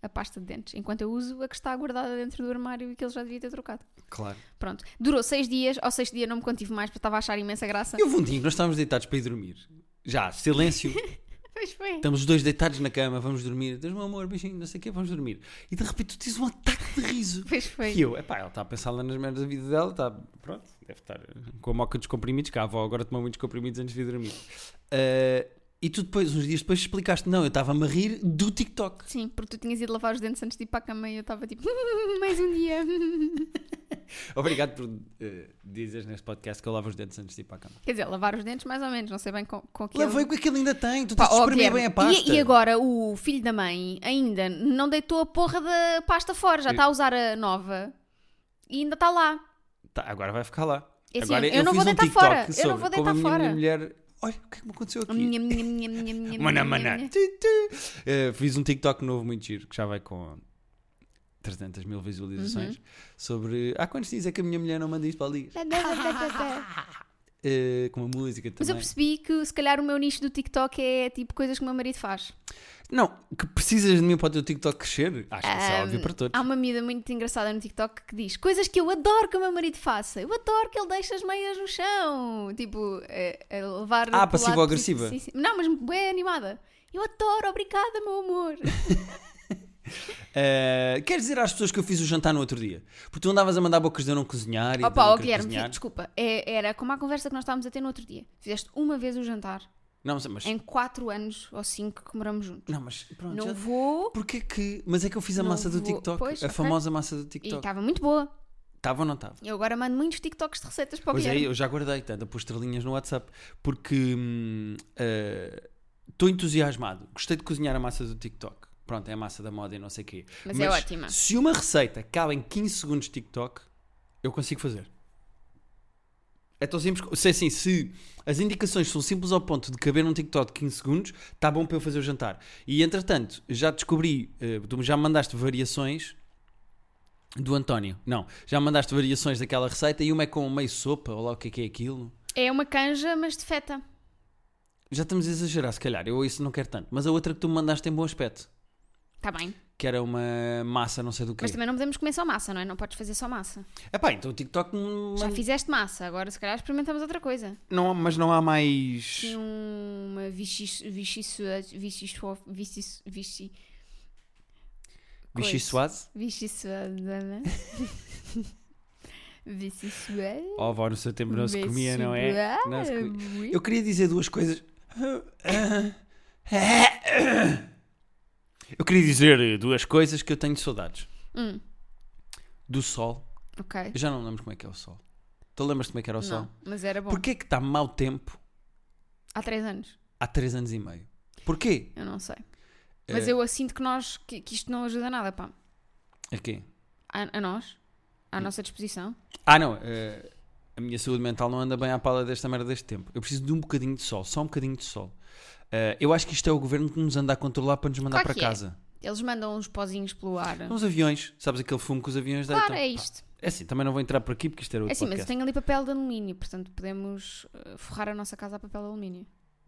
[SPEAKER 1] a pasta de dentes, enquanto eu uso a que está guardada dentro do armário e que ele já devia ter trocado.
[SPEAKER 2] Claro.
[SPEAKER 1] Pronto. Durou seis dias, ao sexto dia não me contive mais, porque estava a achar imensa graça.
[SPEAKER 2] E houve um dia que nós estávamos deitados para ir dormir. Já, silêncio.
[SPEAKER 1] Pois foi.
[SPEAKER 2] Estamos os dois deitados na cama, vamos dormir. Deus, meu amor, beijinho, não sei o quê, vamos dormir. E de repente tu tens um ataque de riso.
[SPEAKER 1] Pois foi.
[SPEAKER 2] E eu, epá, ela está a pensar lá nas merdas da vida dela, está, pronto, deve estar eh, com a moca dos comprimidos, que a avó agora tomou muitos comprimidos antes de vir dormir. Ah, e tu depois, uns dias depois, explicaste, não, eu estava-me a rir do TikTok.
[SPEAKER 1] Sim, porque tu tinhas ido lavar os dentes antes de ir para a cama e eu estava tipo, mais um dia.
[SPEAKER 2] Obrigado por eh, dizeres neste podcast que eu lavo os dentes antes de ir para a cama.
[SPEAKER 1] Quer dizer, lavar os dentes mais ou menos, não sei bem com, com que
[SPEAKER 2] Lavei o que aquilo ainda tem, tu
[SPEAKER 1] Pá,
[SPEAKER 2] tens de
[SPEAKER 1] ó,
[SPEAKER 2] espremer
[SPEAKER 1] Guilherme,
[SPEAKER 2] bem a pasta.
[SPEAKER 1] E, e agora o filho da mãe ainda não deitou a porra da pasta fora, já está a usar a nova e ainda está lá.
[SPEAKER 2] Tá, agora vai ficar lá.
[SPEAKER 1] É assim,
[SPEAKER 2] agora
[SPEAKER 1] eu não
[SPEAKER 2] fiz
[SPEAKER 1] vou
[SPEAKER 2] um
[SPEAKER 1] deitar
[SPEAKER 2] TikTok
[SPEAKER 1] fora, eu não
[SPEAKER 2] sobre
[SPEAKER 1] vou
[SPEAKER 2] como a
[SPEAKER 1] deitar
[SPEAKER 2] minha
[SPEAKER 1] fora.
[SPEAKER 2] mulher... Olha, o que é que me aconteceu
[SPEAKER 1] A
[SPEAKER 2] aqui?
[SPEAKER 1] minha, minha, minha, minha, minha, minha,
[SPEAKER 2] Maná, maná.
[SPEAKER 1] minha.
[SPEAKER 2] Tu, tu. Eh, fiz um TikTok novo muito giro, que já vai com 300 mil
[SPEAKER 1] Uhum.
[SPEAKER 2] visualizações, sobre... Há quantos dias é que a minha mulher não manda isto para ali? Eh, com uma música
[SPEAKER 1] Mas
[SPEAKER 2] também.
[SPEAKER 1] eu percebi que se calhar o meu nicho do TikTok é tipo coisas que o meu marido faz.
[SPEAKER 2] Não, que precisas de mim para o teu TikTok crescer? Acho que isso é
[SPEAKER 1] Ahm,
[SPEAKER 2] óbvio para todos.
[SPEAKER 1] Ah, Há um uma miúda muito engraçada no TikTok que diz coisas que eu adoro que o meu marido faça. Eu adoro que ele deixe as meias no chão. Tipo, a, a levar.
[SPEAKER 2] Ah,
[SPEAKER 1] pelo lado
[SPEAKER 2] passivo-agressiva.
[SPEAKER 1] positivo. Sim, sim. Não, mas bem animada. Eu adoro, obrigada, meu amor.
[SPEAKER 2] Eh, queres dizer às pessoas que eu fiz o jantar no outro dia? Porque tu andavas a mandar bocas de eu não cozinhar e de eu
[SPEAKER 1] Opa, ó
[SPEAKER 2] não querer
[SPEAKER 1] Guilherme,
[SPEAKER 2] cozinhar.
[SPEAKER 1] desculpa. É- era como a conversa que nós estávamos a ter no outro dia. Fizeste uma vez o jantar
[SPEAKER 2] Não, mas,
[SPEAKER 1] Em 4 anos ou 5 que moramos juntos.
[SPEAKER 2] não, mas pronto.
[SPEAKER 1] Não
[SPEAKER 2] já-
[SPEAKER 1] vou.
[SPEAKER 2] Porquê que. Mas é que eu fiz a
[SPEAKER 1] Não
[SPEAKER 2] massa do
[SPEAKER 1] vou-
[SPEAKER 2] TikTok.
[SPEAKER 1] Pois,
[SPEAKER 2] a
[SPEAKER 1] ok.
[SPEAKER 2] famosa massa do
[SPEAKER 1] E tá.
[SPEAKER 2] TikTok.
[SPEAKER 1] estava muito boa.
[SPEAKER 2] Estava ou não estava?
[SPEAKER 1] Eu agora mando muitos TikToks de receitas para o
[SPEAKER 2] Pois é,
[SPEAKER 1] Guilherme.
[SPEAKER 2] eu já guardei, tanto a pôr estrelinhas no WhatsApp, porque hum, eh, estou entusiasmado. Gostei de cozinhar a massa do TikTok. Pronto, é a massa da moda e não sei o quê.
[SPEAKER 1] Mas é ótima.
[SPEAKER 2] Se uma receita cabe em 15 segundos de TikTok, eu consigo fazer. É tão simples. co- Se, assim, se as indicações são simples ao ponto de caber num TikTok de 15 segundos, está bom para eu fazer o jantar. E entretanto, já descobri, eh, tu já me mandaste variações do António. Não, já me mandaste variações daquela receita e uma é com meio sopa, ou lá o que é que é aquilo.
[SPEAKER 1] É uma canja, mas de feta.
[SPEAKER 2] Já estamos a exagerar, se calhar. Eu isso não quero tanto. Mas a outra que tu me mandaste tem bom aspecto.
[SPEAKER 1] Está Tá bem.
[SPEAKER 2] Que era uma massa, não sei do quê.
[SPEAKER 1] Mas também não podemos comer só massa, não é? Não podes fazer só massa.
[SPEAKER 2] Epá, então o TikTok me
[SPEAKER 1] Já fizeste massa, agora se calhar experimentamos outra coisa.
[SPEAKER 2] Não, há- mas não há mais.
[SPEAKER 1] Tinha uma vichissu... vichissu... vichissu... vichissu...
[SPEAKER 2] Vichy Suase?
[SPEAKER 1] vichissuadana. Vichissuadana.
[SPEAKER 2] Oh, vó, no seu tempo não se comia, não é? Não se comia.
[SPEAKER 1] Vichissuadana.
[SPEAKER 2] Eu queria dizer duas coisas. Eu queria dizer duas coisas que eu tenho saudades.
[SPEAKER 1] Hum,
[SPEAKER 2] Do sol.
[SPEAKER 1] ok.
[SPEAKER 2] Eu já não lembro como é que é o sol. Tu lembras-te como é que era o sol?
[SPEAKER 1] Não, mas era bom.
[SPEAKER 2] Porquê que está mau tempo
[SPEAKER 1] Há três anos,
[SPEAKER 2] há 3 anos e meio? Porquê?
[SPEAKER 1] eu não sei. Mas
[SPEAKER 2] É.
[SPEAKER 1] eu sinto que nós, que, que isto não ajuda nada, pá.
[SPEAKER 2] Aqui.
[SPEAKER 1] A, a nós,
[SPEAKER 2] Hum.
[SPEAKER 1] à nossa disposição.
[SPEAKER 2] Ah, não. eh, a minha saúde mental não anda bem à pala desta merda deste tempo. Eu preciso de um bocadinho de sol, só um bocadinho de sol. Eh, eu acho que isto é o governo que nos anda a controlar para nos mandar
[SPEAKER 1] Claro
[SPEAKER 2] para
[SPEAKER 1] que é.
[SPEAKER 2] casa.
[SPEAKER 1] Eles mandam uns pozinhos pelo ar.
[SPEAKER 2] Uns aviões, sabes aquele fumo que os aviões
[SPEAKER 1] Claro,
[SPEAKER 2] deitam?
[SPEAKER 1] é
[SPEAKER 2] Pá,
[SPEAKER 1] isto.
[SPEAKER 2] É assim, também não vou entrar por aqui porque isto era
[SPEAKER 1] É
[SPEAKER 2] outro
[SPEAKER 1] assim, mas eu
[SPEAKER 2] podcast.
[SPEAKER 1] tenho ali papel de alumínio, portanto podemos eh, forrar a nossa casa a papel de alumínio.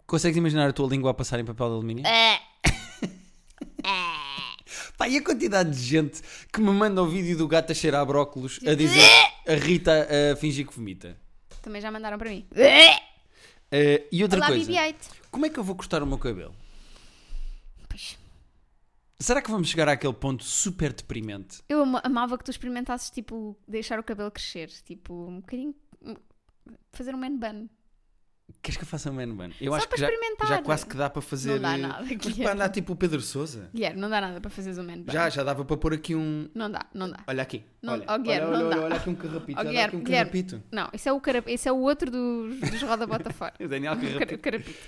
[SPEAKER 2] Consegues imaginar a tua língua a passar em papel de alumínio?
[SPEAKER 1] É.
[SPEAKER 2] É. Pá, e a quantidade de gente que me manda o vídeo do gato a cheirar brócolos a dizer a Rita a fingir que vomita?
[SPEAKER 1] Também já mandaram para mim.
[SPEAKER 2] Eh, e outra
[SPEAKER 1] Olá,
[SPEAKER 2] coisa,
[SPEAKER 1] BB-8.
[SPEAKER 2] como é que eu vou cortar o meu cabelo?
[SPEAKER 1] Pois,
[SPEAKER 2] Será que vamos chegar àquele ponto super deprimente?
[SPEAKER 1] eu ama- amava que tu experimentasses, tipo, deixar o cabelo crescer. Tipo, um bocadinho. Fazer um man bun.
[SPEAKER 2] Queres que eu faça um man bun? Eu
[SPEAKER 1] Só
[SPEAKER 2] acho
[SPEAKER 1] para
[SPEAKER 2] que já,
[SPEAKER 1] experimentar. é?
[SPEAKER 2] já quase que dá para fazer.
[SPEAKER 1] Não dá
[SPEAKER 2] eh,
[SPEAKER 1] nada,
[SPEAKER 2] Mas
[SPEAKER 1] Guilherme.
[SPEAKER 2] para andar tipo o Pedro Souza?
[SPEAKER 1] Guilherme, não dá nada para fazeres um man bun.
[SPEAKER 2] Já, já dava para pôr aqui um.
[SPEAKER 1] Não dá, não dá.
[SPEAKER 2] Olha aqui.
[SPEAKER 1] Não-
[SPEAKER 2] olha,
[SPEAKER 1] oh, Guilherme,
[SPEAKER 2] olha,
[SPEAKER 1] não
[SPEAKER 2] olha,
[SPEAKER 1] dá.
[SPEAKER 2] olha aqui um carrapito.
[SPEAKER 1] Oh,
[SPEAKER 2] olha
[SPEAKER 1] Guilherme,
[SPEAKER 2] aqui um
[SPEAKER 1] Guilherme.
[SPEAKER 2] carrapito.
[SPEAKER 1] Não, esse é o, carap... esse é o outro dos, dos Roda Bota Fora.
[SPEAKER 2] O Daniel
[SPEAKER 1] O cara- o
[SPEAKER 2] Carrapito.
[SPEAKER 1] carapito.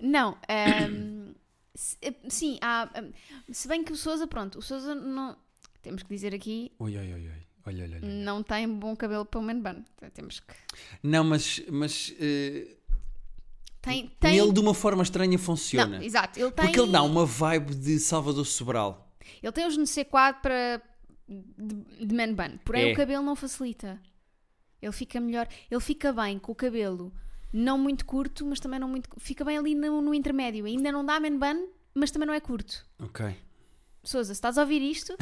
[SPEAKER 1] Não, ahm, se- eh, sim, há, ahm, se bem que o Sousa, pronto, o Sousa não, temos que dizer aqui,
[SPEAKER 2] Oi, oi, oi, oi. Olha, olha, olha.
[SPEAKER 1] não tem bom cabelo para o man bun. Então, Temos que...
[SPEAKER 2] Não, mas, mas eh,
[SPEAKER 1] Tem, tem...
[SPEAKER 2] nele de uma forma estranha funciona.
[SPEAKER 1] Não, exato, ele tem...
[SPEAKER 2] né? Porque ele dá uma vibe de Salvador Sobral.
[SPEAKER 1] Ele tem os necessidade para... De, de man bun, porém
[SPEAKER 2] É.
[SPEAKER 1] o cabelo não facilita. Ele fica melhor, ele fica bem com o cabelo não muito curto, mas também não muito... Fica bem ali no, no intermédio, ainda não dá man bun, mas também não é curto.
[SPEAKER 2] Ok.
[SPEAKER 1] Sousa, se estás a ouvir isto,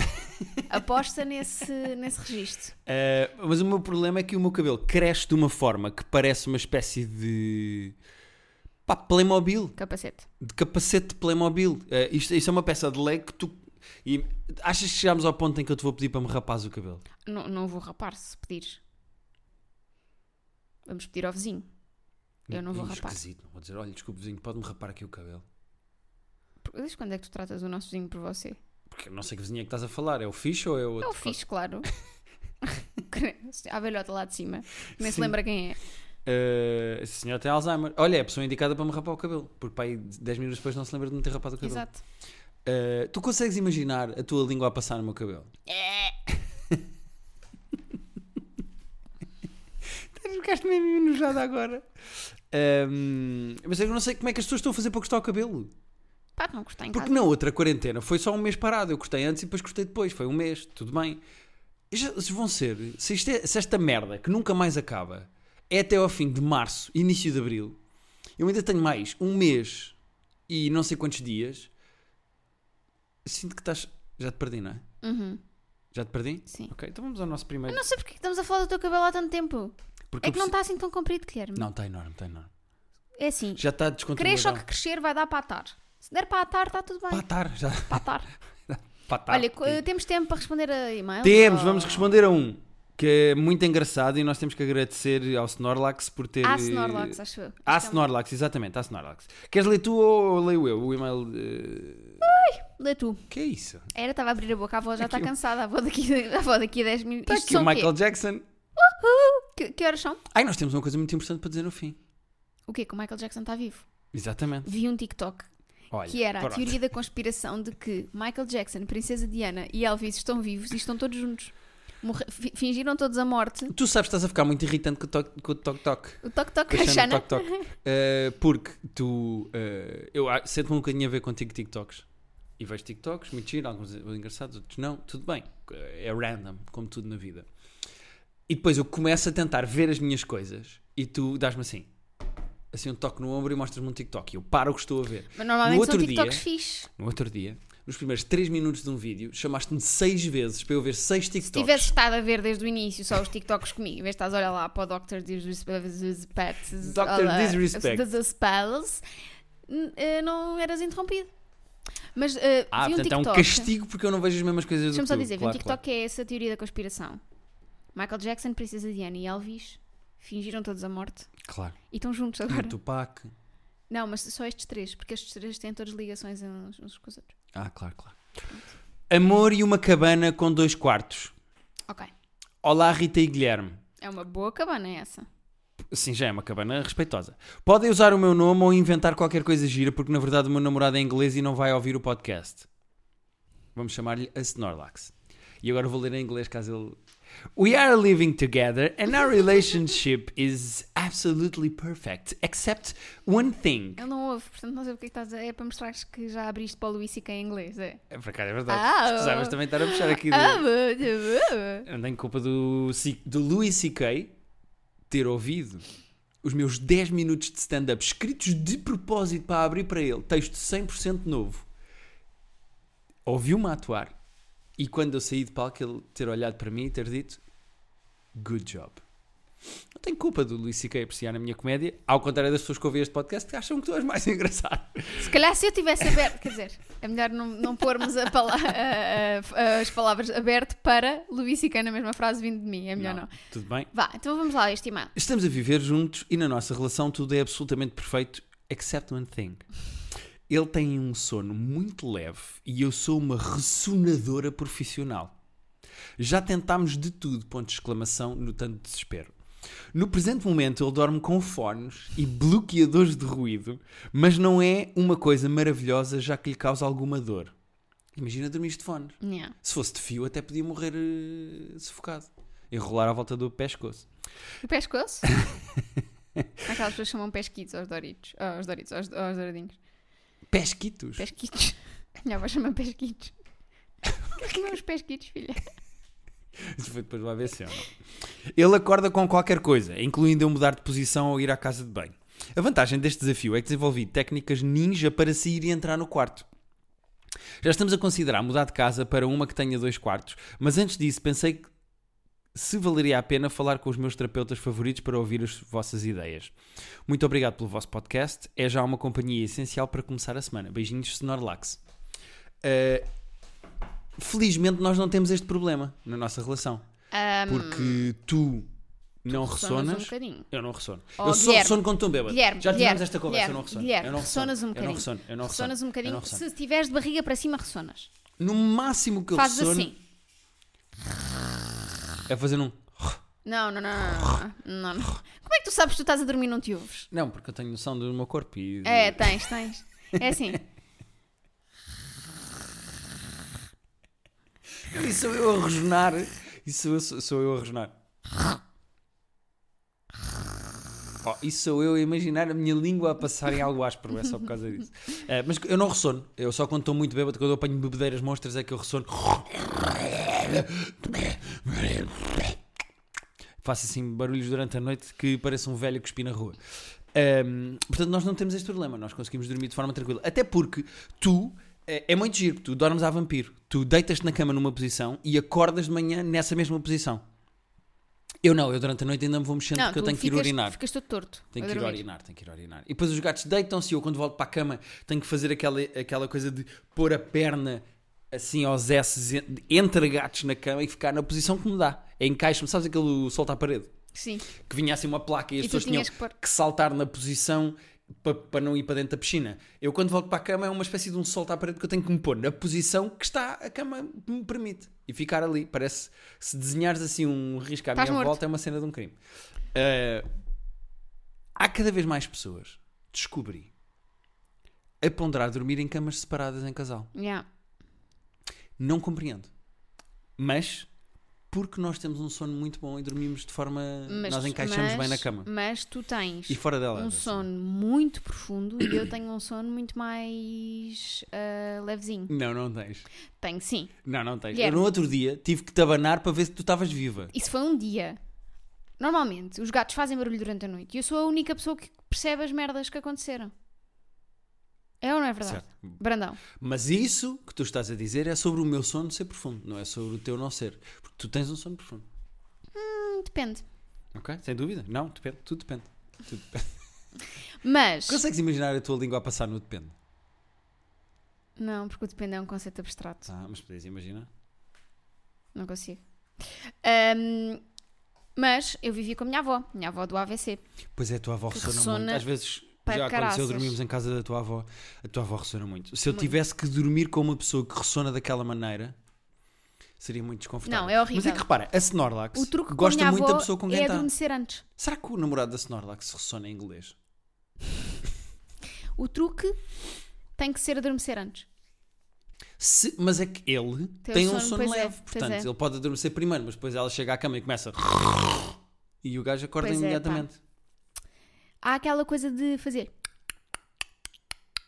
[SPEAKER 1] aposta nesse, nesse registro.
[SPEAKER 2] Eh, mas o meu problema é que o meu cabelo cresce de uma forma que parece uma espécie de. pá, Playmobil.
[SPEAKER 1] Capacete.
[SPEAKER 2] de capacete de Playmobil. Eh, isto, isto é uma peça de leg que tu. E achas que chegámos ao ponto em que eu te vou pedir para me rapares o cabelo?
[SPEAKER 1] Não, não vou rapar se pedires. Vamos pedir ao vizinho. Eu não vou
[SPEAKER 2] Ih,
[SPEAKER 1] rapar.
[SPEAKER 2] esquisito, não vou dizer, olha, desculpe, vizinho, pode-me rapar aqui o cabelo.
[SPEAKER 1] Por- Desde quando é que tu tratas o nosso vizinho por você?
[SPEAKER 2] Porque eu não sei que vizinho é que estás a falar, é o fixe ou é o
[SPEAKER 1] É
[SPEAKER 2] outro?
[SPEAKER 1] o fixe, claro. Há a velhota lá de cima. Nem se
[SPEAKER 2] Sim.
[SPEAKER 1] lembra quem é.
[SPEAKER 2] Eh, esse senhor tem Alzheimer. Olha, é a pessoa indicada para me rapar o cabelo. Porque para aí 10 minutos depois não se lembra de me ter rapado o cabelo.
[SPEAKER 1] Exato.
[SPEAKER 2] Eh, tu consegues imaginar a tua língua a passar no meu cabelo?
[SPEAKER 1] É. um
[SPEAKER 2] Ficaste mesmo enojada agora. Ehm, mas eu não sei como é que as pessoas estão a fazer para cortar o
[SPEAKER 1] Um
[SPEAKER 2] cabelo.
[SPEAKER 1] Pá, não gostei em
[SPEAKER 2] Porque
[SPEAKER 1] casa.
[SPEAKER 2] na outra quarentena foi só um mês parado. Eu cortei antes e depois cortei depois. Foi um mês, tudo bem. Já- Se vão ser, se, isto é- se esta merda que nunca mais acaba é até ao fim de março, início de abril, eu ainda tenho mais um mês e não sei quantos dias. Sinto que estás. Já te perdi, não é?
[SPEAKER 1] Uhum,
[SPEAKER 2] Já te perdi?
[SPEAKER 1] sim.
[SPEAKER 2] Ok, então vamos ao nosso
[SPEAKER 1] Eu
[SPEAKER 2] primeiro.
[SPEAKER 1] não sei porque é que estamos a falar do teu cabelo há tanto tempo.
[SPEAKER 2] Porque
[SPEAKER 1] É
[SPEAKER 2] eu
[SPEAKER 1] que não
[SPEAKER 2] preciso-
[SPEAKER 1] está assim tão comprido, Guilherme.
[SPEAKER 2] Não, está enorme, está enorme.
[SPEAKER 1] É assim.
[SPEAKER 2] Já tá está descontrolado.
[SPEAKER 1] Cresce ou que crescer, vai dar para atar. Se der para atar, está tudo bem.
[SPEAKER 2] Para estar, tá, já.
[SPEAKER 1] Para atar.
[SPEAKER 2] Para estar.
[SPEAKER 1] eh, Olha, co- temos tempo para responder a e-mail?
[SPEAKER 2] Tá, Temos,
[SPEAKER 1] Ou-
[SPEAKER 2] vamos responder a um que é muito engraçado e nós temos que agradecer ao Snorlax por ter.
[SPEAKER 1] Há Snorlax, acho eu. Acho
[SPEAKER 2] Há
[SPEAKER 1] que é um-
[SPEAKER 2] Snorlax, exatamente, há Snorlax. Queres ler tu ou ou leio eu o e-mail? eh,
[SPEAKER 1] Lê tu.
[SPEAKER 2] Que é isso?
[SPEAKER 1] Era, estava a abrir a boca, a avó já está
[SPEAKER 2] Aqui o-
[SPEAKER 1] cansada, a avó daqui, a avó daqui a 10 minutos.
[SPEAKER 2] Está
[SPEAKER 1] Isto
[SPEAKER 2] aqui o
[SPEAKER 1] são quê?
[SPEAKER 2] Michael Jackson.
[SPEAKER 1] Uhul! Que, que horas são?
[SPEAKER 2] Ai, nós temos uma coisa muito importante para dizer no fim.
[SPEAKER 1] O quê? Que o Michael Jackson está vivo?
[SPEAKER 2] Exatamente.
[SPEAKER 1] Vi um TikTok
[SPEAKER 2] Olha,
[SPEAKER 1] que era a
[SPEAKER 2] pronto.
[SPEAKER 1] teoria da conspiração de que Michael Jackson, Princesa Diana e Elvis estão vivos e estão todos juntos. Morre- fi- fingiram todos a morte.
[SPEAKER 2] Tu sabes que estás a ficar muito irritante com o toque- com o toque-toque.
[SPEAKER 1] O Toc Toc
[SPEAKER 2] Deixando
[SPEAKER 1] Caixana.
[SPEAKER 2] o toque-toque. Eh, porque tu. eh, eu a- sento-me um bocadinho a ver contigo TikToks. E vejo TikToks, muito giro, alguns engraçados, outros não. Tudo bem. É random, como tudo na vida. E depois eu começo a tentar ver as minhas coisas e tu dás-me assim. Assim um toque no ombro e mostras-me um TikTok. E eu paro o que estou a ver.
[SPEAKER 1] Mas
[SPEAKER 2] No
[SPEAKER 1] normalmente são
[SPEAKER 2] outro
[SPEAKER 1] TikToks
[SPEAKER 2] dia-
[SPEAKER 1] fixe.
[SPEAKER 2] No outro dia, nos primeiros 3 minutos de um vídeo, chamaste-me 6 vezes para eu ver 6
[SPEAKER 1] Se
[SPEAKER 2] TikToks.
[SPEAKER 1] tivesse estado a ver desde o início só os TikToks comigo, em vez de estás a olhar lá para o Dr. Disrespect,
[SPEAKER 2] Dr. Disrespect.
[SPEAKER 1] Disrespect, n- eh, não eras interrompido. Mas eh,
[SPEAKER 2] Ah,
[SPEAKER 1] vi um
[SPEAKER 2] portanto é um
[SPEAKER 1] TikTok.
[SPEAKER 2] castigo porque eu não vejo as mesmas coisas do
[SPEAKER 1] Deixa-me
[SPEAKER 2] que
[SPEAKER 1] só
[SPEAKER 2] tu.
[SPEAKER 1] dizer, vi um
[SPEAKER 2] Claro,
[SPEAKER 1] TikTok que é essa teoria da conspiração. Michael Jackson, Princesa Diana e Elvis fingiram todos a morte
[SPEAKER 2] Claro.
[SPEAKER 1] e estão juntos
[SPEAKER 2] claro.
[SPEAKER 1] agora.
[SPEAKER 2] E o Tupac.
[SPEAKER 1] Não, mas só estes três, porque estes três têm todas ligações uns, uns com os outros.
[SPEAKER 2] Ah, claro, claro. Amor e uma cabana com dois quartos.
[SPEAKER 1] Ok.
[SPEAKER 2] Olá, Rita e Guilherme.
[SPEAKER 1] É uma boa cabana essa.
[SPEAKER 2] Sim, já é uma cabana respeitosa. Podem usar o meu nome ou inventar qualquer coisa gira, porque na verdade o meu namorado é inglês e não vai ouvir o podcast. Vamos chamar-lhe a Snorlax. E agora vou ler em inglês caso ele. We are living together and our relationship is absolutely perfect, except one thing.
[SPEAKER 1] Ele não ouve, portanto não sei o que é que estás a É para mostrares que já abriste para o Luís e que é em inglês, é?
[SPEAKER 2] É por acaso é verdade.
[SPEAKER 1] Ah, oh.
[SPEAKER 2] Precisavas também estar a puxar aqui.
[SPEAKER 1] Ah,
[SPEAKER 2] Do...
[SPEAKER 1] boa, boa, boa.
[SPEAKER 2] Eu tenho culpa do, C- do Louis C.K. ter ouvido os meus 10 minutos de stand-up escritos de propósito para abrir para ele, texto 100% novo. Ouviu-me a atuar e quando eu saí de palco, ele ter olhado para mim e ter dito: Good job. Não tenho culpa do Louis C.K. apreciar a minha comédia, ao contrário das pessoas que ouvem este podcast que acham que tu és mais engraçado.
[SPEAKER 1] Se calhar se eu tivesse aberto, quer dizer, é melhor não, não pormos a pala- a- a- as palavras aberto para Luís e Cana, na mesma frase vindo de mim, é melhor não.
[SPEAKER 2] Tudo bem?
[SPEAKER 1] Vá, então vamos lá, a este e-mail.
[SPEAKER 2] Estamos a viver juntos e na nossa relação tudo é absolutamente perfeito, except one thing. Ele tem um sono muito leve e eu sou uma ressonadora profissional. Já tentámos de tudo, ponto de exclamação, no tanto desespero. No presente momento ele dorme com fones e bloqueadores de ruído, mas não é uma coisa maravilhosa já que lhe causa alguma dor. Imagina dormir de fones.
[SPEAKER 1] Nhá.
[SPEAKER 2] Se fosse de fio até podia morrer eh, sufocado. Enrolar à volta do pescoço.
[SPEAKER 1] O pescoço? Aquelas pessoas chamam pesquitos aos doritos, aos doritos, aos, aos douradinhos.
[SPEAKER 2] Pesquitos?
[SPEAKER 1] Pesquitos. A minha avó chama pesquitos. é Queres comer uns pesquitos, filha?
[SPEAKER 2] Isso foi depois do AVC, ou não? Ele acorda com qualquer coisa, incluindo eu mudar de posição ou ir à casa de banho. A vantagem deste desafio é que desenvolvi técnicas ninja para sair e entrar no quarto. Já estamos a considerar mudar de casa para uma que tenha dois quartos, mas antes disso pensei que se valeria a pena falar com os meus terapeutas favoritos para ouvir as vossas ideias. Muito obrigado pelo vosso podcast, é já uma companhia essencial para começar a semana. Beijinhos, Snorlax. Ah, felizmente nós não temos este problema na nossa relação.
[SPEAKER 1] Ahm,
[SPEAKER 2] Porque tu não
[SPEAKER 1] Hum. ressonas um
[SPEAKER 2] ressonas.
[SPEAKER 1] bocadinho.
[SPEAKER 2] eu não ressono.
[SPEAKER 1] Oh,
[SPEAKER 2] eu só
[SPEAKER 1] Guilherme,
[SPEAKER 2] ressono quando estou bêbado.
[SPEAKER 1] Guilherme,
[SPEAKER 2] Já tivemos
[SPEAKER 1] Guilherme,
[SPEAKER 2] esta conversa, eu não
[SPEAKER 1] Guilherme,
[SPEAKER 2] ressono.
[SPEAKER 1] Guilherme,
[SPEAKER 2] eu não ressono.
[SPEAKER 1] ressonas um
[SPEAKER 2] Eu não
[SPEAKER 1] bocadinho.
[SPEAKER 2] ressono. Eu não ressono.
[SPEAKER 1] Ressonas um
[SPEAKER 2] Eu
[SPEAKER 1] bocadinho.
[SPEAKER 2] não ressono.
[SPEAKER 1] Se tiveres de barriga para cima, ressonas.
[SPEAKER 2] No máximo que eu
[SPEAKER 1] Fazes
[SPEAKER 2] ressono
[SPEAKER 1] assim.
[SPEAKER 2] é fazer um.
[SPEAKER 1] Não, não, não, não, não, não, não. Como é que tu sabes que tu estás a dormir e não te ouves?
[SPEAKER 2] Não, porque eu tenho noção do meu corpo e.
[SPEAKER 1] É, tens, tens. É assim.
[SPEAKER 2] Isso sou eu a rosnar. Isso sou eu, sou eu a rosnar. Oh, isso sou eu a imaginar a minha língua a passar em algo áspero, é só por causa disso. Eh, mas eu não ressono, eu só quando estou muito bêbado, quando eu apanho bebedeiras monstras é que eu ressono. Faço assim barulhos durante a noite que parece um velho que cuspi na rua. Ehm, portanto, nós não temos este problema, nós conseguimos dormir de forma tranquila. Até porque tu, eh, é muito giro, tu dormes a vampiro, tu deitas-te na cama numa posição e acordas de manhã nessa mesma posição. Eu não, eu durante a noite ainda me vou mexendo porque eu
[SPEAKER 1] tu
[SPEAKER 2] tenho que ir
[SPEAKER 1] ficas-
[SPEAKER 2] urinar.
[SPEAKER 1] Ficas todo torto.
[SPEAKER 2] Tenho
[SPEAKER 1] a
[SPEAKER 2] que ir
[SPEAKER 1] dormir.
[SPEAKER 2] orinar, tenho que ir orinar. E depois os gatos deitam-se e eu quando volto para a cama tenho que fazer aquela, aquela coisa de pôr a perna assim aos S entre gatos na cama e ficar na posição que me dá. É encaixe-me, sabes aquele solta à parede?
[SPEAKER 1] Sim.
[SPEAKER 2] Que vinha assim uma placa e as
[SPEAKER 1] E tu
[SPEAKER 2] pessoas tinham
[SPEAKER 1] tinhas
[SPEAKER 2] que,
[SPEAKER 1] que pôr-
[SPEAKER 2] saltar na posição para, para não ir para dentro da piscina. Eu quando volto para a cama é uma espécie de um solta à parede que eu tenho que me pôr na posição que está a cama que me permite e ficar ali. Parece se desenhares assim um risco à
[SPEAKER 1] Estás
[SPEAKER 2] minha
[SPEAKER 1] morto.
[SPEAKER 2] volta é uma cena de um crime. Eh, há cada vez mais pessoas, descobri, a ponderar dormir em camas separadas em casal.
[SPEAKER 1] Yeah.
[SPEAKER 2] Não compreendo. Mas porque nós temos um sono muito bom e dormimos de forma.
[SPEAKER 1] Mas-
[SPEAKER 2] nós encaixamos
[SPEAKER 1] mas-
[SPEAKER 2] bem na cama.
[SPEAKER 1] Mas tu tens
[SPEAKER 2] E fora dela.
[SPEAKER 1] um
[SPEAKER 2] assim.
[SPEAKER 1] sono muito profundo e eu tenho um sono muito mais ah, levezinho.
[SPEAKER 2] Não, não tens.
[SPEAKER 1] Tenho, sim.
[SPEAKER 2] Não, não tens.
[SPEAKER 1] Guilherme.
[SPEAKER 2] Eu no outro dia tive que te abanar para ver se tu estavas viva.
[SPEAKER 1] Isso foi um dia. Normalmente, os gatos fazem barulho durante a noite e eu sou a única pessoa que percebe as merdas que aconteceram. É ou não é verdade?
[SPEAKER 2] Certo.
[SPEAKER 1] Brandão.
[SPEAKER 2] Mas isso que tu estás a dizer é sobre o meu sono ser profundo, não é sobre o teu não ser. Porque tu tens um sono profundo.
[SPEAKER 1] Hum, Depende.
[SPEAKER 2] Ok? Sem dúvida. Não, depende. Tudo depende. Tudo depende.
[SPEAKER 1] Mas.
[SPEAKER 2] Consegues imaginar a tua língua a passar no depende?
[SPEAKER 1] Não, porque o depende é um conceito abstrato.
[SPEAKER 2] Ah, mas podias imaginar.
[SPEAKER 1] Não consigo. Ahm, mas eu vivia com a minha avó, minha avó do AVC.
[SPEAKER 2] Pois é, a tua avó
[SPEAKER 1] Que
[SPEAKER 2] ressona, muito.
[SPEAKER 1] ressona
[SPEAKER 2] Às vezes
[SPEAKER 1] para
[SPEAKER 2] já aconteceu,
[SPEAKER 1] caraças.
[SPEAKER 2] dormimos em casa da tua avó, a tua avó ressona muito. Se eu tivesse que dormir com uma pessoa que ressona daquela maneira, seria muito desconfortável.
[SPEAKER 1] Não, é horrível.
[SPEAKER 2] Mas é que repara, a Snorlax
[SPEAKER 1] O truque com a
[SPEAKER 2] gosta
[SPEAKER 1] minha
[SPEAKER 2] muito
[SPEAKER 1] avó
[SPEAKER 2] da pessoa com quem tá.
[SPEAKER 1] é
[SPEAKER 2] está.
[SPEAKER 1] adormecer antes.
[SPEAKER 2] Será que o namorado da Snorlax ressona em inglês?
[SPEAKER 1] O truque tem que ser adormecer antes.
[SPEAKER 2] Se- mas é que ele
[SPEAKER 1] Tem
[SPEAKER 2] tem,
[SPEAKER 1] o
[SPEAKER 2] um
[SPEAKER 1] sono,
[SPEAKER 2] sono
[SPEAKER 1] pois é,
[SPEAKER 2] leve,
[SPEAKER 1] pois
[SPEAKER 2] portanto,
[SPEAKER 1] é.
[SPEAKER 2] ele pode adormecer primeiro, mas depois ela chega à cama e começa. E o gajo acorda
[SPEAKER 1] Pois é, pá.
[SPEAKER 2] imediatamente.
[SPEAKER 1] Há aquela coisa de fazer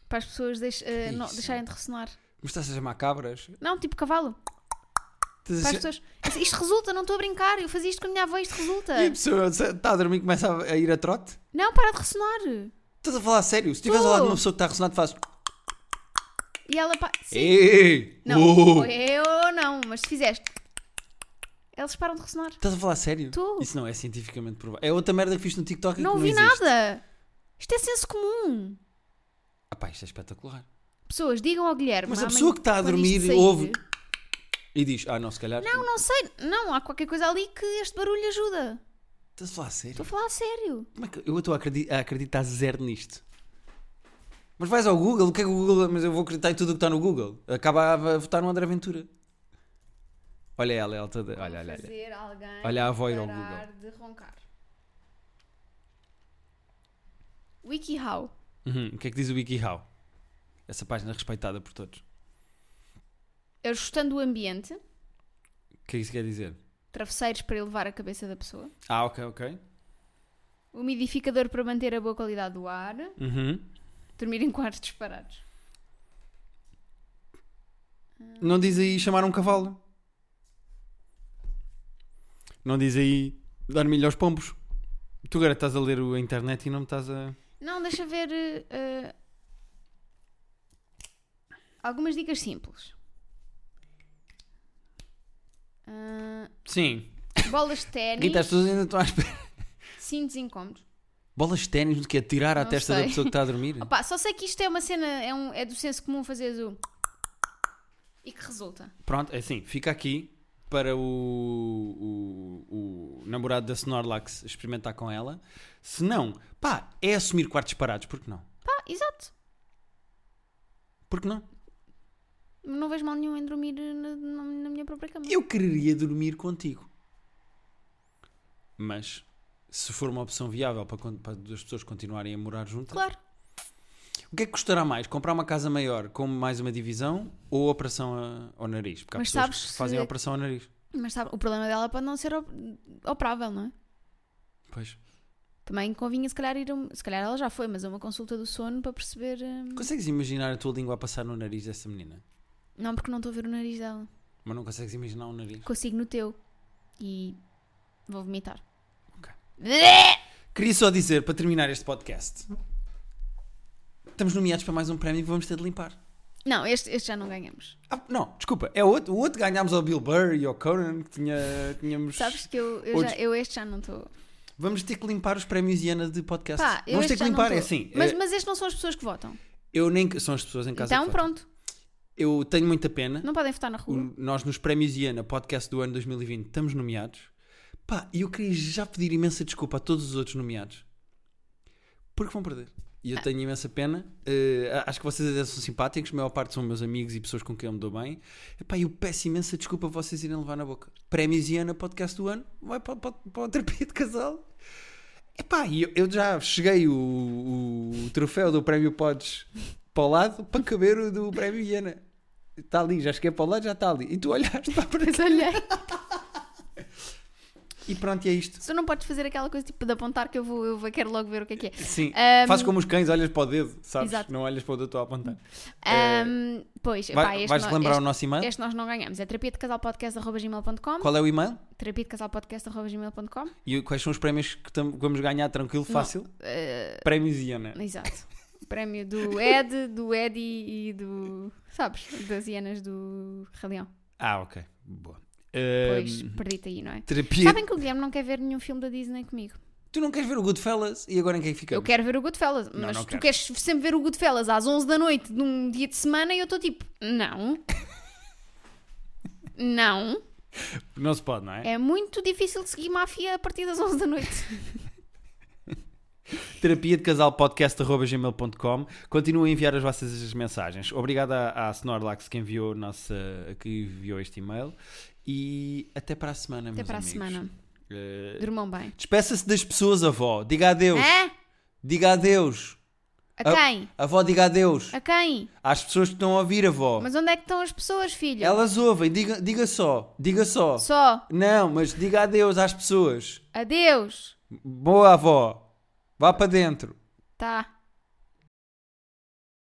[SPEAKER 1] para as pessoas deix- eh, não-
[SPEAKER 2] É isso?
[SPEAKER 1] deixarem de ressonar.
[SPEAKER 2] mas estás a chamar cabras?
[SPEAKER 1] Não, tipo cavalo.
[SPEAKER 2] Estás
[SPEAKER 1] Para
[SPEAKER 2] a
[SPEAKER 1] as
[SPEAKER 2] cha-
[SPEAKER 1] pessoas. Assim, Isto resulta, não estou a brincar. Eu fazia isto com a minha avó, isto resulta.
[SPEAKER 2] E a pessoa está a dormir e começa a- a ir a trote?
[SPEAKER 1] Não, para de ressonar.
[SPEAKER 2] Estás a falar a sério? Se estiveres ao lado de uma pessoa que está a ressonar, tu fazes.
[SPEAKER 1] E ela. Pa... Sim.
[SPEAKER 2] Ei!
[SPEAKER 1] Não,
[SPEAKER 2] Uh!
[SPEAKER 1] ou é ou não, mas se fizeste, eles param de ressonar.
[SPEAKER 2] Estás a falar a sério?
[SPEAKER 1] Tu.
[SPEAKER 2] Isso não é cientificamente provável. É outra merda que fiz no TikTok e
[SPEAKER 1] Não
[SPEAKER 2] que
[SPEAKER 1] ouvi
[SPEAKER 2] não existe.
[SPEAKER 1] nada. Isto é senso comum.
[SPEAKER 2] Ah pá, isto é espetacular.
[SPEAKER 1] Pessoas, digam ao Guilherme.
[SPEAKER 2] Mas a
[SPEAKER 1] amanhã,
[SPEAKER 2] pessoa que está a
[SPEAKER 1] quando
[SPEAKER 2] dormir
[SPEAKER 1] isto sair-
[SPEAKER 2] ouve- E diz, ah não, se calhar.
[SPEAKER 1] Não, não sei. Não, há qualquer coisa ali que este barulho ajuda.
[SPEAKER 2] Estás a falar a sério?
[SPEAKER 1] Estou a falar a sério.
[SPEAKER 2] Então, Como é que eu estou a acredi- a acreditar zero nisto? Mas vais ao Google, o que é que o Google. Mas eu vou acreditar em tudo o que está no Google. Acaba a votar no André Ventura. Olha ela, ela toda. Olha, olha, olha.
[SPEAKER 1] Fazer alguém
[SPEAKER 2] Olha a avó ir ao
[SPEAKER 1] parar de roncar. WikiHow.
[SPEAKER 2] Uhum, O que é que diz o WikiHow? Essa página respeitada por todos.
[SPEAKER 1] Ajustando o ambiente,
[SPEAKER 2] O que é que isso quer dizer?
[SPEAKER 1] travesseiros para elevar a cabeça da pessoa,
[SPEAKER 2] Ah, ok, ok.
[SPEAKER 1] umidificador para manter a boa qualidade do ar,
[SPEAKER 2] Uhum.
[SPEAKER 1] dormir em quartos parados.
[SPEAKER 2] Não diz aí chamar um cavalo. Não diz aí dar milho aos pombos. Tu agora estás a ler o- a internet e não me estás a.
[SPEAKER 1] Não, deixa ver. eh, eh, algumas dicas simples. Ah,
[SPEAKER 2] Sim.
[SPEAKER 1] bolas de
[SPEAKER 2] Rita, as
[SPEAKER 1] ténis,
[SPEAKER 2] pessoas ainda estão à espera.
[SPEAKER 1] cintos incómodos.
[SPEAKER 2] Bolas de ténis, do que é tirar à
[SPEAKER 1] Não
[SPEAKER 2] testa da
[SPEAKER 1] sei.
[SPEAKER 2] pessoa que está a dormir?
[SPEAKER 1] Opa, só sei que isto é uma cena, é, um- é do senso comum fazer do. E que resulta.
[SPEAKER 2] Pronto, é assim. Fica aqui para o, o, o namorado da Snorlax experimentar com ela. Se não, pá, é assumir quartos parados. Por que não?
[SPEAKER 1] Pá, Ah, exato.
[SPEAKER 2] Por que não?
[SPEAKER 1] Não vejo mal nenhum em dormir na, na- na minha própria cama.
[SPEAKER 2] Eu quereria dormir contigo. Mas se for uma opção viável para, con- para as pessoas continuarem a morar juntas,
[SPEAKER 1] Claro.
[SPEAKER 2] o que é que custará mais? Comprar uma casa maior com mais uma divisão ou operação a- ao nariz? Porque há
[SPEAKER 1] Mas
[SPEAKER 2] pessoas
[SPEAKER 1] sabes
[SPEAKER 2] que
[SPEAKER 1] se-
[SPEAKER 2] fazem a operação ao nariz.
[SPEAKER 1] Mas sabe, o problema dela pode não ser op- operável, não é?
[SPEAKER 2] Pois.
[SPEAKER 1] Também convinha, se calhar, ir a um- se calhar ela já foi, mas a uma consulta do sono para perceber. hum,
[SPEAKER 2] Consegues imaginar a tua língua a passar no nariz dessa menina?
[SPEAKER 1] Não, porque não estou a ver o nariz dela.
[SPEAKER 2] Mas não consegues imaginar o nariz?
[SPEAKER 1] Consigo no teu. E vou vomitar.
[SPEAKER 2] Ok.
[SPEAKER 1] Bleh!
[SPEAKER 2] Queria só dizer, para terminar este podcast, estamos nomeados para mais um prémio que vamos ter de limpar.
[SPEAKER 1] Não, este, este já não ganhamos.
[SPEAKER 2] Ah, não, desculpa, é outro. O outro ganhámos ao Bill Burr e ao Conan, que tinha, tínhamos.
[SPEAKER 1] Sabes que eu, eu,
[SPEAKER 2] Hoje-
[SPEAKER 1] já- eu este já não estou.
[SPEAKER 2] Vamos ter que limpar os prémios Iana de podcast.
[SPEAKER 1] Pá, eu
[SPEAKER 2] Vamos
[SPEAKER 1] este
[SPEAKER 2] ter que
[SPEAKER 1] já não
[SPEAKER 2] limpar,
[SPEAKER 1] tô.
[SPEAKER 2] é assim.
[SPEAKER 1] Mas,
[SPEAKER 2] é,
[SPEAKER 1] mas este não são as pessoas que votam.
[SPEAKER 2] Eu nem. São as pessoas em casa.
[SPEAKER 1] Então
[SPEAKER 2] que votam. Um-
[SPEAKER 1] pronto.
[SPEAKER 2] Eu tenho muita pena.
[SPEAKER 1] Não podem votar na rua.
[SPEAKER 2] O- nós nos prémios IANA, podcast do ano 2020, estamos nomeados. Pá, e eu queria já pedir imensa desculpa a todos os outros nomeados. Porque vão perder. E eu tenho imensa pena. Eh, a- acho que vocês até são simpáticos, a maior parte são meus amigos e pessoas com quem eu me dou bem. Epá, eu peço imensa desculpa a vocês irem levar na boca. Prémios IANA, podcast do ano, vai para, para, para a terapia de casal. Epá, e eu, eu já cheguei o, o troféu do prémio Podes para o lado para caber o do prémio Iana. Está ali, já cheguei para o lado, já está ali. E tu olhaste para a parede.
[SPEAKER 1] Mas olhei.
[SPEAKER 2] E pronto, e é isto.
[SPEAKER 1] Tu não podes fazer aquela coisa tipo de apontar que eu vou, eu vou- quero logo ver o que é que é.
[SPEAKER 2] Sim,
[SPEAKER 1] Ahm,
[SPEAKER 2] fazes como os cães, olhas para o dedo, sabes?
[SPEAKER 1] Exato.
[SPEAKER 2] Não olhas para o dedo, estou a apontar. Eh,
[SPEAKER 1] Ahm, pois,
[SPEAKER 2] É. Vai-
[SPEAKER 1] pá, este
[SPEAKER 2] vais
[SPEAKER 1] nó-
[SPEAKER 2] relembrar
[SPEAKER 1] este-
[SPEAKER 2] o nosso e-mail?
[SPEAKER 1] Este nós não ganhamos. É terapia de casal podcast.gmail.com.
[SPEAKER 2] Qual é o e-mail?
[SPEAKER 1] Terapia de casal podcast.gmail.com.
[SPEAKER 2] E quais são os prémios que tam- que vamos ganhar tranquilo, fácil?
[SPEAKER 1] eh,
[SPEAKER 2] Prémios Iana.
[SPEAKER 1] Exato. O Prémio do Ed, do Eddie e do. Sabes? Das hienas do Rei Leão.
[SPEAKER 2] Ah, ok. Boa.
[SPEAKER 1] Pois,
[SPEAKER 2] Ahm,
[SPEAKER 1] perdi-te aí, não é?
[SPEAKER 2] terapia.
[SPEAKER 1] Sabem que o Guilherme não quer ver nenhum filme da Disney comigo.
[SPEAKER 2] Tu não queres ver o Goodfellas? E agora em é quem fica?
[SPEAKER 1] Eu quero ver o Goodfellas,
[SPEAKER 2] Não,
[SPEAKER 1] mas
[SPEAKER 2] não
[SPEAKER 1] tu
[SPEAKER 2] quero.
[SPEAKER 1] queres sempre ver o Goodfellas às 11 da noite num dia de semana e eu estou tipo, não. Não.
[SPEAKER 2] Não se pode, não é?
[SPEAKER 1] É muito difícil de seguir máfia a partir das 11 da noite.
[SPEAKER 2] terapia de casal podcast.gmail.com continuem a enviar as vossas mensagens obrigado à, à Snorlax que enviou, a nossa, que enviou este e-mail e até para a semana
[SPEAKER 1] Até para a semana.
[SPEAKER 2] Eh,
[SPEAKER 1] Durmam bem.
[SPEAKER 2] despeça-se das pessoas avó, diga adeus
[SPEAKER 1] Hã?
[SPEAKER 2] diga adeus
[SPEAKER 1] A
[SPEAKER 2] Ah.
[SPEAKER 1] quem?
[SPEAKER 2] avó diga adeus
[SPEAKER 1] A quem?
[SPEAKER 2] às pessoas que estão a ouvir avó
[SPEAKER 1] É. Mas onde é que estão as pessoas, filho?
[SPEAKER 2] elas ouvem, diga, diga só diga só,
[SPEAKER 1] Só.
[SPEAKER 2] não, mas diga adeus às pessoas
[SPEAKER 1] Adeus.
[SPEAKER 2] boa avó vá para dentro
[SPEAKER 1] Tá.